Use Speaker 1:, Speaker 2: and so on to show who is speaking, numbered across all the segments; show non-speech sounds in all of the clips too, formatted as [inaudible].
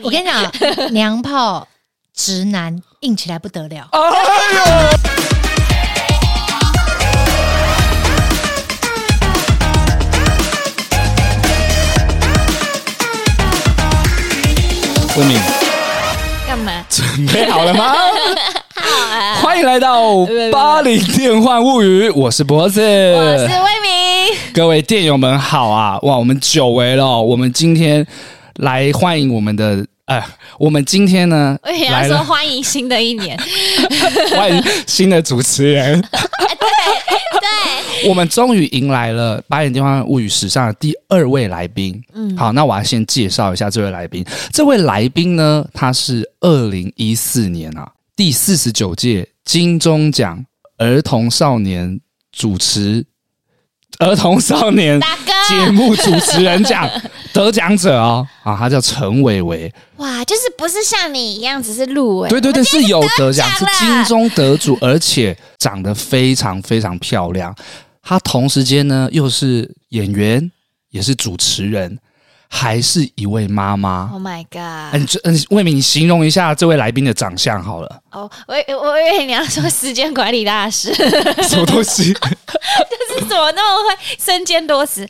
Speaker 1: 我跟你 [laughs] 讲，娘炮直男硬起来不得了。
Speaker 2: 魏敏，
Speaker 3: 干嘛？
Speaker 2: 准备好了吗？
Speaker 3: 好啊，
Speaker 2: 欢迎来到《八零电幻物语》，我是脖子，
Speaker 3: 我是魏明，
Speaker 2: 各位电友们好啊！哇，我们久违了哦，我们今天来欢迎我们的。哎，我们今天呢，
Speaker 3: 我也
Speaker 2: 来
Speaker 3: 要说
Speaker 2: 了
Speaker 3: 欢迎新的一
Speaker 2: [laughs]
Speaker 3: 年。
Speaker 2: 欢迎新的主持人。
Speaker 3: 对，
Speaker 2: 我们终于迎来了《八点电话物语》史上的第二位来宾。嗯，好，那我要先介绍一下这位来宾。这位来宾呢，他是二零一四年啊第四十九届金钟奖儿童少年主持儿童少
Speaker 3: [laughs]
Speaker 2: 年
Speaker 3: 大
Speaker 2: 节
Speaker 3: 哥，
Speaker 2: 目主持人奖得奖者哦。啊，他叫陈伟伟。
Speaker 3: 哇，就是不是像你一样只是欸入围，
Speaker 2: 对对对，是有得奖，是
Speaker 3: 了
Speaker 2: 金钟得主，而且长得非常非常漂亮。她同时间呢，又是演员，也是主持人，还是一位妈妈。
Speaker 3: Oh my god！
Speaker 2: 嗯，这嗯，魏敏，你形容一下这位来宾的长相好
Speaker 3: [laughs]
Speaker 2: 了，
Speaker 3: 哦，我以我以为你要说时间管理大师， [laughs]
Speaker 2: 什么东西？
Speaker 3: 怎么那么会身兼多职？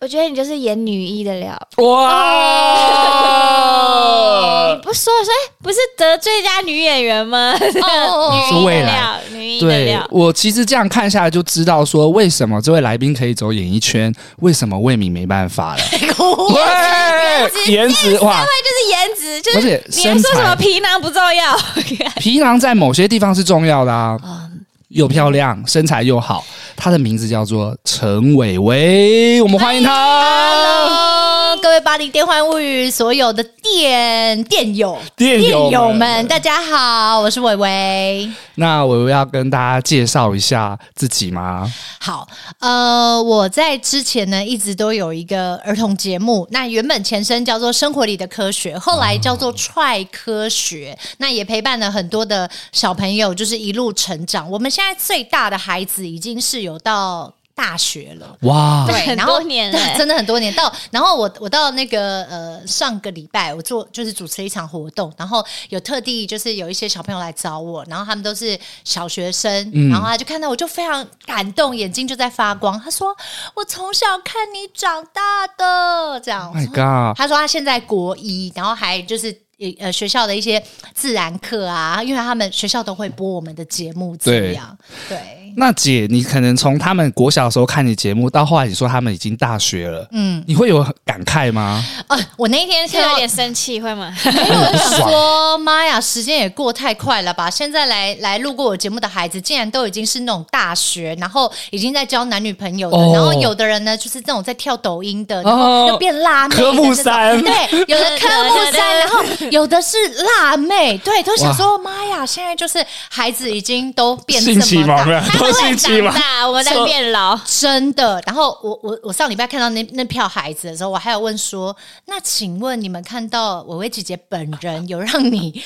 Speaker 3: 我觉得你就是演女一的料。
Speaker 2: 哇哦
Speaker 3: 你！不说说，哎不是得最佳女演员吗？
Speaker 1: 哦
Speaker 2: 你说未来
Speaker 3: 女一的料，女一的
Speaker 2: 对
Speaker 3: 料。
Speaker 2: 我其实这样看下来就知道，说为什么这位来宾可以走演艺圈，为什么魏敏没办法
Speaker 3: [laughs]
Speaker 2: 了。喂，颜值哇！
Speaker 3: 哎就是颜值，就
Speaker 2: 而
Speaker 3: 是
Speaker 2: 且
Speaker 3: 你还
Speaker 2: 身
Speaker 3: 说什
Speaker 2: 材，
Speaker 3: 么皮囊不重要， [laughs]
Speaker 2: 皮囊在某些地方是重要的啊。
Speaker 1: 嗯
Speaker 2: 又漂亮，身材又好，她的名字叫做陈伟伟，我们欢迎她。
Speaker 1: Hello，各位《八零电幻物语》所有的电电友、
Speaker 2: 电友们
Speaker 1: 们，大家好，我是伟伟。
Speaker 2: 那伟伟要跟大家介绍一下自己吗？
Speaker 1: 好，呃，我在之前呢一直都有一个儿童节目，那原本前身叫做《生活里的科学》，后来叫
Speaker 2: 嗯
Speaker 1: 做《踹科学》，那也陪伴了很多的小朋友，就是一路成长。我们现在最大的孩子已经是有到大学了。
Speaker 2: 哇，
Speaker 1: 对，
Speaker 3: 很
Speaker 1: 然后
Speaker 3: 多年
Speaker 1: 对
Speaker 3: 欸
Speaker 1: 真的很多年。到然后我我到那个呃上个礼拜，我做就是主持了一场活动，然后有特地就是有一些小朋友来找我，然后他们都是小学生，
Speaker 2: 嗯
Speaker 1: 然后他就看到我就非常感动，眼睛就在发光。他说：“我从小看你长大的。”这样
Speaker 2: Oh，My Oh God，
Speaker 1: 他说他现在国一，然后还就是。呃呃，学校的一些自然课啊，因为他们学校都会播我们的节目，这
Speaker 2: 对
Speaker 1: 样对，
Speaker 2: 那姐，你可能从他们国小的时候看你节目，到后来你说他们已经大学了，嗯，你会有感
Speaker 1: [laughs]
Speaker 2: 慨吗？
Speaker 1: 呃，我那一天
Speaker 3: 现
Speaker 1: 看
Speaker 3: 在
Speaker 1: 到
Speaker 3: 有点生气，会吗？
Speaker 2: [laughs]
Speaker 1: 因为我就想
Speaker 2: 爽
Speaker 1: 说，妈呀，时间也过太快了吧！现在来来路过我节目的孩子，竟然都已经是那种大学，然后已经在交男女朋友的，
Speaker 2: 哦
Speaker 1: 然后有的人呢，就是那种在跳抖音的，然
Speaker 2: 哦
Speaker 1: 后又变辣妹的
Speaker 2: 科目
Speaker 1: 那种
Speaker 2: 三
Speaker 1: 对，有的科目
Speaker 3: 对对对
Speaker 1: 三，然后有的是辣妹，对，都想说，妈呀，现在就是孩子已经都变这
Speaker 2: 性启
Speaker 1: 么
Speaker 2: 蒙
Speaker 1: 大。
Speaker 2: 了，都性启蒙
Speaker 3: 长，大，我们在变老。
Speaker 1: 真的。然后我我我上礼拜看到那那票孩子的时候，我还有问说，那请问你们看到伟伟姐姐本人有让你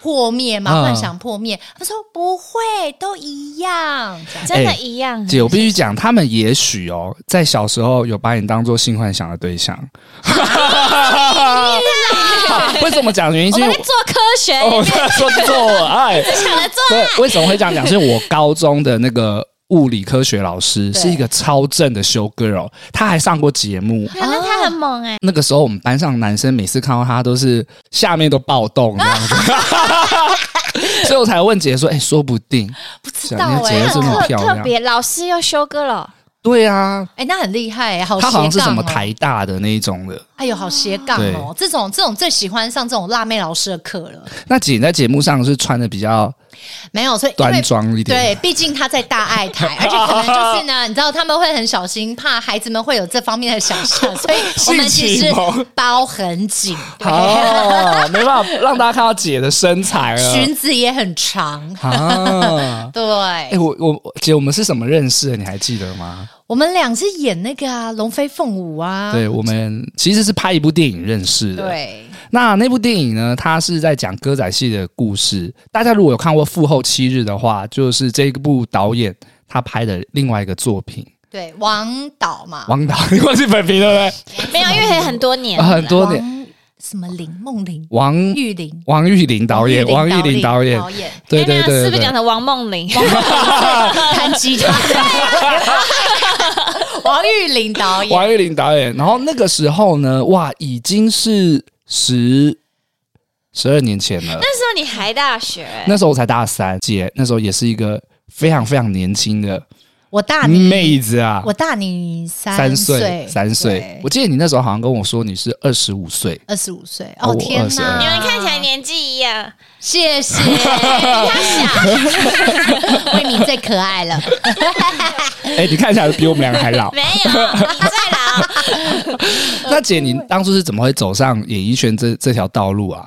Speaker 1: 破灭吗？
Speaker 2: 嗯
Speaker 1: 幻想破灭？他说不会，都一样。这样
Speaker 3: 真的一样、
Speaker 2: 哎姐，我必须讲，他们也许哦，在小时候有把你当做性幻想的对象。 [laughs] 为什么讲？原因
Speaker 3: 我
Speaker 2: 是因
Speaker 3: 们在
Speaker 2: 为
Speaker 3: 做科学，
Speaker 2: 我哦，他说做 [laughs] 爱，
Speaker 3: 想着做
Speaker 2: 对，为什么会这样讲？是我高中的那个物理科学老师
Speaker 1: 对
Speaker 2: 是一个超正的修 girl，他还上过节目。
Speaker 3: 啊，那他很猛哎、
Speaker 2: 那个时候我们班上男生每次看到他都是下面都暴动这样子， [laughs] 所以我才问姐说：“哎、说不定
Speaker 1: 不知
Speaker 2: 小
Speaker 1: 道
Speaker 2: 年
Speaker 1: 哎、
Speaker 2: 姐姐这么
Speaker 3: 特
Speaker 2: 漂
Speaker 3: 特
Speaker 2: 亮，
Speaker 3: 别，老师又修歌了，
Speaker 2: 对啊，
Speaker 1: 哎、那很厉害、好斜
Speaker 2: 他
Speaker 1: 杠、哦。
Speaker 2: 好像是什么？台大的那一种的。”
Speaker 1: 哎呦，好斜杠哦！这种这种最喜欢上这种辣妹老师的课了。
Speaker 2: 那姐你在节目上是穿的比较
Speaker 1: 没有，所以因为
Speaker 2: 端庄一点，
Speaker 1: 对，毕竟他在大爱台，
Speaker 2: [laughs]
Speaker 1: 而且可能就是呢，你 [laughs] 知道他们会很小心，怕孩子们会有这方面的想象，所以
Speaker 2: [laughs]
Speaker 1: 我们其实
Speaker 2: 性启蒙
Speaker 1: 包很紧，对
Speaker 2: 好，没办法让大家看到姐的身材了
Speaker 1: [laughs] 裙子也很长。
Speaker 2: 啊。
Speaker 1: 对，
Speaker 2: 哎、我我我姐，我们是怎么认识的？你还记得吗？
Speaker 1: 我们俩是演那个啊，龙飞凤舞啊，
Speaker 2: 对，我们其实是拍一部电影认识的。，
Speaker 1: 对
Speaker 2: 那那部电影呢，它是在讲歌仔戏的故事。大家如果有看过《父后七日》的话，就是这一部导演他拍的另外一个作品，
Speaker 1: 对，王导嘛，
Speaker 2: [laughs] 王导，你忘记本名对不对？
Speaker 3: [laughs] 没有，因为很多年了
Speaker 2: 啊很多年
Speaker 1: 王什么林梦玲、
Speaker 2: 王
Speaker 1: 玉玲
Speaker 2: 王玉玲导演，王玉玲导演，
Speaker 1: 导演
Speaker 2: 对
Speaker 3: 哎
Speaker 2: 对
Speaker 3: 那个
Speaker 2: 对
Speaker 3: 是不
Speaker 2: 对
Speaker 3: 是讲
Speaker 2: 对，
Speaker 3: 成王梦玲？
Speaker 1: 弹吉
Speaker 2: [laughs]
Speaker 1: 他，王玉玲导演，
Speaker 2: 王玉玲导演。然后那个时候呢，哇，已经是十十二年前了，
Speaker 3: 那时候你还大学，
Speaker 2: 那时候我才大三，姐那时候也是一个非常非常年轻的
Speaker 1: 我大你
Speaker 2: 妹子啊，
Speaker 1: 我大你三
Speaker 2: 三
Speaker 1: 岁，
Speaker 2: 三岁。我记得你那时候好像跟我说你是二十五岁，
Speaker 1: 二十五岁。哦
Speaker 2: 哦我
Speaker 1: 天
Speaker 2: 22
Speaker 1: 哪，
Speaker 3: 你们看起来年纪一样，
Speaker 1: 谢
Speaker 3: [laughs]
Speaker 1: 谢， [laughs] 为你最可爱了。
Speaker 2: 哎、你看起来比我们两个还老。
Speaker 3: 没
Speaker 2: [laughs]
Speaker 3: 有再老。
Speaker 2: 那姐，你当初是怎么会走上演艺圈这这条道路啊？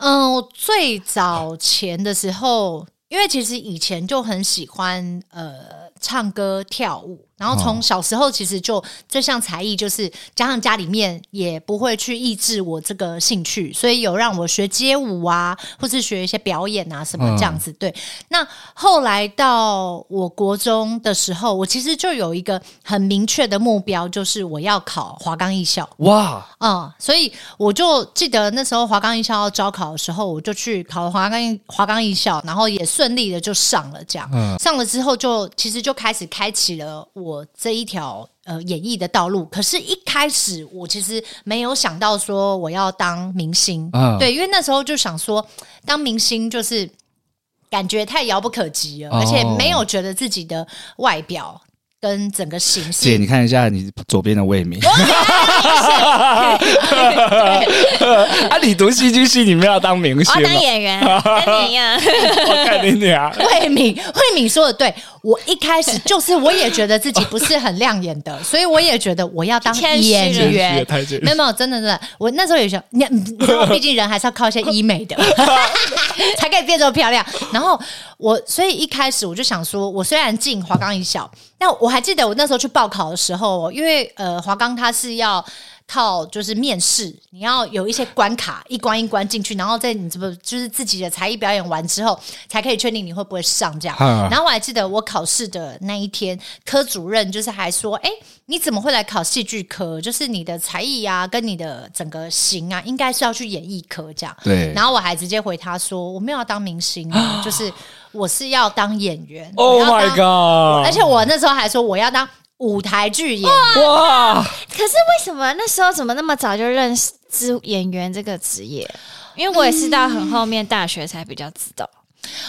Speaker 1: 嗯，我最早前的时候，因为其实以前就很喜欢呃唱歌跳舞，然后从小时候其实就这项才艺，就是加上家里面也不会去抑制我这个兴趣，所以有让我学街舞啊，或是学一些表演啊什么这样子。对，那后来到我国中的时候，我其实就有一个很明确的目标，就是我要考华冈艺校。
Speaker 2: 哇，
Speaker 1: 嗯，所以我就记得那时候华冈艺校要招考的时候，我就去考了华冈艺华冈艺校，然后也顺利的就上了，这样、
Speaker 2: 嗯
Speaker 1: 上了之后就其实就开始开启了我这一条呃演艺的道路。可是，一开始我其实没有想到说我要当明星，
Speaker 2: 嗯
Speaker 1: 对，因为那时候就想说当明星就是。感觉太遥不可及了，
Speaker 2: 哦
Speaker 1: 而且没有觉得自己的外表跟整个形式
Speaker 2: 姐，你看一下你左边的魏明。 [laughs] 啊，你读戏剧系，你们要当明星
Speaker 3: 我要当
Speaker 2: 哦？
Speaker 3: 演
Speaker 2: [laughs]
Speaker 3: 员，跟你一样。
Speaker 2: 我看你 [laughs]
Speaker 1: [laughs]
Speaker 2: 俩。
Speaker 1: 慧敏，慧敏说的对，我一开始就是我也觉得自己不是很亮眼的，所以我也觉得我要当
Speaker 3: 谦虚
Speaker 1: 演
Speaker 3: 人
Speaker 1: 员。
Speaker 2: 太简
Speaker 1: 没有没有，真的真的，我那时候也想，你你知道，毕竟人还是要靠一些医美的， [laughs] 才可以变这么漂亮。然后我，所以一开始我就想说，我虽然进华冈艺校，但我还记得我那时候去报考的时候，因为呃，华冈它是要。靠，就是面试，你要有一些关卡，一关一关进去，然后在你这个就是自己的才艺表演完之后，才可以确定你会不会上这样。
Speaker 2: 啊
Speaker 1: 然后我还记得我考试的那一天，科主任就是还说：“哎、你怎么会来考戏剧科？就是你的才艺啊，跟你的整个型啊，应该是要去演艺科这样。”
Speaker 2: 对
Speaker 1: 然后我还直接回他说：“我没有要当明
Speaker 2: [gasps]
Speaker 1: 星啊，就是我是要当演员。我
Speaker 2: ，Oh
Speaker 1: 要当
Speaker 2: my
Speaker 1: 而
Speaker 2: god！
Speaker 1: 且我那时候还说我要当舞台剧演员。
Speaker 2: 哇，
Speaker 3: 可是为什么那时候怎么那么早就认识演员这个职业？因为我也是到很后面大学才比较知道。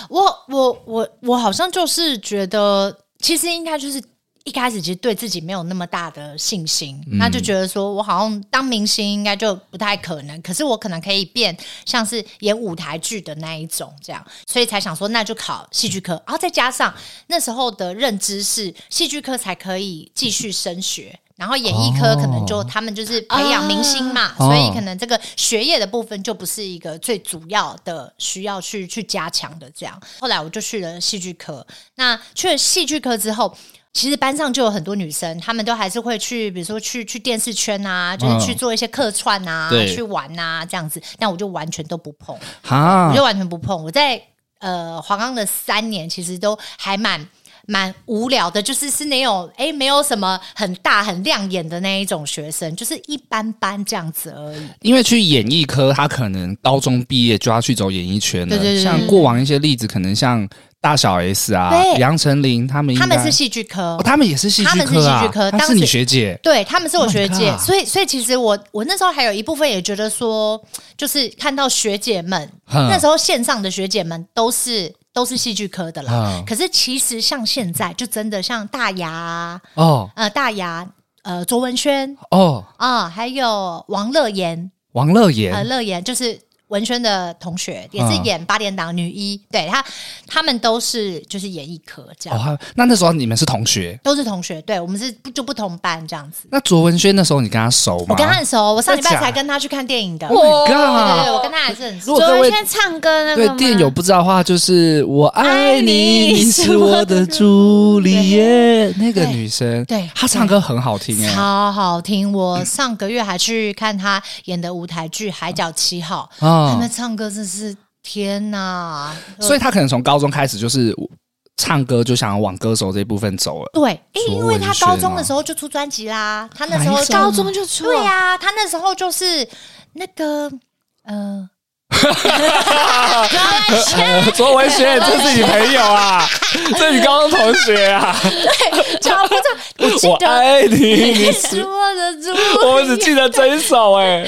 Speaker 1: 我我我我好像就是觉得，其实应该就是一开始其实对自己没有那么大的信心，那就觉得说我好像当明星应该就不太可能，可是我可能可以变像是演舞台剧的那一种这样，所以才想说那就考戏剧科，然后再加上那时候的认知是戏剧科才可以继续升学。然后演艺科可能就、他们就是培养明星嘛，
Speaker 2: 哦
Speaker 1: 所以可能这个学业的部分就不是一个最主要的需要去去加强的这样。后来我就去了戏剧科，那去了戏剧科之后。其实班上就有很多女生，她们都还是会去，比如说去去电视圈啊，就
Speaker 2: 嗯
Speaker 1: 是去做一些客串啊，
Speaker 2: 对
Speaker 1: 去玩啊这样子。但我就完全都不碰，
Speaker 2: 哈
Speaker 1: 我就，完全不碰。我在呃华冈的三年，其实都还蛮蛮无聊的，就是是那种哎、诶没有什么很大很亮眼的那一种学生，就是一般般这样子而已。
Speaker 2: 因为去演艺科，他可能高中毕业就要去走演艺圈了。
Speaker 1: 对对对
Speaker 2: 像过往一些例子，可能像大小 S 啊、
Speaker 1: 对
Speaker 2: 杨丞琳他们应该，
Speaker 1: 他们是戏剧科
Speaker 2: 哦，。他们也是戏
Speaker 1: 他
Speaker 2: 剧
Speaker 1: 们是
Speaker 2: 科啊，
Speaker 1: 戏剧科
Speaker 2: 她
Speaker 1: 当
Speaker 2: 是你
Speaker 1: 时
Speaker 2: 学姐。
Speaker 1: 对，他们是我学姐
Speaker 2: Oh my god
Speaker 1: 所以所以其实我我那时候还有一部分也觉得说，就是看到学姐们
Speaker 2: 嗯
Speaker 1: 那时候线上的学姐们都是都是戏剧科的啦、
Speaker 2: 嗯
Speaker 1: 可是其实像现在就真的像大牙啊
Speaker 2: 哦
Speaker 1: 呃大牙呃卓文萱
Speaker 2: 哦，
Speaker 1: 啊、还有王乐妍，
Speaker 2: 王乐
Speaker 1: 呃，
Speaker 2: 妍，
Speaker 1: 乐妍就是文轩的同学，也是
Speaker 2: 嗯
Speaker 1: 演八点档女一，对她，他们都是就是演艺科这样，
Speaker 2: 哦，那那时候你们是同学。
Speaker 1: 都是同学，对我们是不就不同班这样子。
Speaker 2: 那卓文萱那时候你跟她熟吗？
Speaker 1: 我跟她很熟，我上礼拜
Speaker 2: 真假
Speaker 1: 才跟她去看电影的。
Speaker 2: Oh
Speaker 1: 对
Speaker 2: my
Speaker 1: 对对，
Speaker 2: god！
Speaker 1: 我跟她还是很
Speaker 2: 如
Speaker 1: 熟。
Speaker 2: 果各
Speaker 3: 昨
Speaker 2: 位
Speaker 3: 天唱歌那个
Speaker 2: 对
Speaker 3: 吗
Speaker 2: 电友不知道的话，就是我爱
Speaker 3: 爱
Speaker 2: 你，
Speaker 3: 你
Speaker 2: 你是我的朱丽叶，那个女生，
Speaker 1: 对
Speaker 2: 她唱歌很好听哎，
Speaker 1: 超好听！我上个月还去看她演的舞台剧《海角七号》，
Speaker 2: 啊
Speaker 1: 她那唱歌真是天哪！
Speaker 2: 所以她可能从高中开始就是唱歌就想要往歌手这部分走了。
Speaker 1: 对，诶
Speaker 2: 卓
Speaker 1: 哎因为他
Speaker 2: 文萱
Speaker 1: 高中的
Speaker 2: 啊
Speaker 1: 时候就出专辑啦，他那
Speaker 2: 哪
Speaker 1: 时
Speaker 2: 一
Speaker 1: 候
Speaker 2: 首
Speaker 1: 高
Speaker 3: 高
Speaker 1: 中
Speaker 3: 中就出
Speaker 1: 对呀、他那时候就是那个
Speaker 2: [laughs]
Speaker 1: 呃， [laughs]
Speaker 2: 卓文萱，这是你朋友
Speaker 1: [laughs]
Speaker 2: 啊，这是你高中同学啊，
Speaker 1: 找不到，我记
Speaker 2: 我
Speaker 1: 得
Speaker 2: 爱你， [laughs] 你
Speaker 1: [laughs]
Speaker 2: 是
Speaker 1: 说得住。
Speaker 2: 我只记得这一首
Speaker 1: [laughs]
Speaker 2: 哎、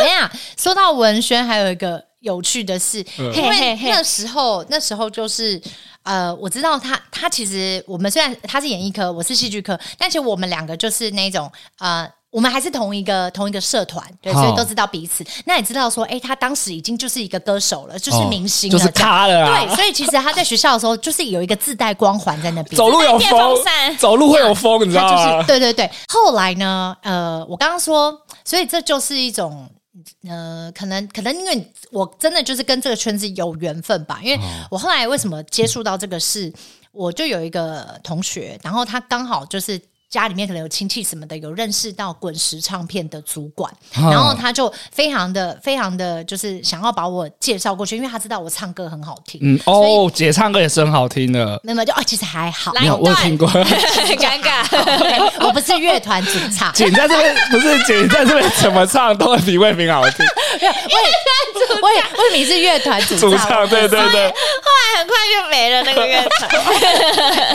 Speaker 1: 哎呀，说到文轩，还有一个有趣的事，
Speaker 2: 嗯
Speaker 1: 因为
Speaker 3: 嘿嘿嘿
Speaker 1: 那时候那时候就是。呃，我知道他，他其实我们虽然他是演艺科，我是戏剧科，但其实我们两个就是那种呃，我们还是同一个同一个社团，对，
Speaker 2: 好
Speaker 1: 所以都知道彼此。那也知道说，哎、他当时已经就是一个歌手了，就是明星了，
Speaker 2: 哦就是
Speaker 1: 这样
Speaker 2: 他了啊
Speaker 1: 对，，所以其实他在学校的时候，就是有一个自带光环在那边，
Speaker 2: 走路有
Speaker 3: 电风
Speaker 2: 风，
Speaker 3: 扇
Speaker 2: 走路会有风，你知道啊
Speaker 1: 他就
Speaker 2: 吗
Speaker 1: 是？对对对。后来呢，呃，我刚刚说，所以这就是一种。呃，可能可能因为我真的就是跟这个圈子有缘分吧，因为
Speaker 2: 哦
Speaker 1: 我后来为什么接触到这个事，我就有一个同学，然后他刚好就是家里面可能有亲戚什么的，有认识到滚石唱片的主管，
Speaker 2: 哦
Speaker 1: 然后他就非常的非常的就是想要把我介绍过去，因为他知道我唱歌很好听，
Speaker 2: 嗯
Speaker 1: 所
Speaker 2: 哦，姐唱歌也是很好听的，
Speaker 1: 那么就啊、其实还好，
Speaker 3: 来
Speaker 2: 没有我有听过。 [laughs]
Speaker 3: [laughs] 很尴尬。
Speaker 1: [laughs] 我不是乐团主唱，
Speaker 2: 姐你在这边不是姐你在这边怎么唱都比魏明好听，
Speaker 1: 魏魏 [laughs] 敏是乐团主
Speaker 2: 主
Speaker 1: 唱，
Speaker 2: 唱对对对，
Speaker 3: 后来很快就没了那个乐团，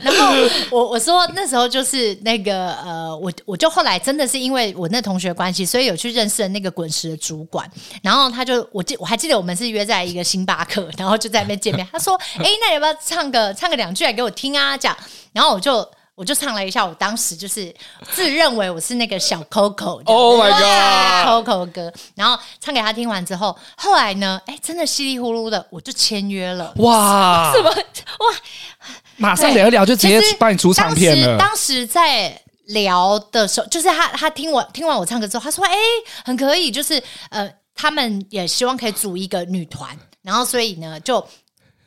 Speaker 1: 然后我我说那时候就是那个呃，我我就后来真的是因为我那同学关系，所以有去认识了那个滚石的主管，然后他就我记我还记得我们是约在一个星巴克，然后就在那边见面。他说：“哎、那要不要唱个唱个两句来给我听啊？”这样，然后我就。我就唱了一下，我当时就是自认为我是那个小 Coco 这样
Speaker 2: Oh my
Speaker 1: 哇
Speaker 2: god
Speaker 1: Coco 歌，然后唱给他听完之后，后来呢，哎、真的稀里糊涂的我就签约了。
Speaker 2: 哇，
Speaker 3: 怎么哇？
Speaker 2: 马上聊一聊就直接
Speaker 1: 其实
Speaker 2: 帮你出唱片了。。
Speaker 1: 当时当时在聊的时候，就是他他听我听完我唱歌之后，他说：“哎、很可以，就是呃，他们也希望可以组一个女团，然后所以呢，就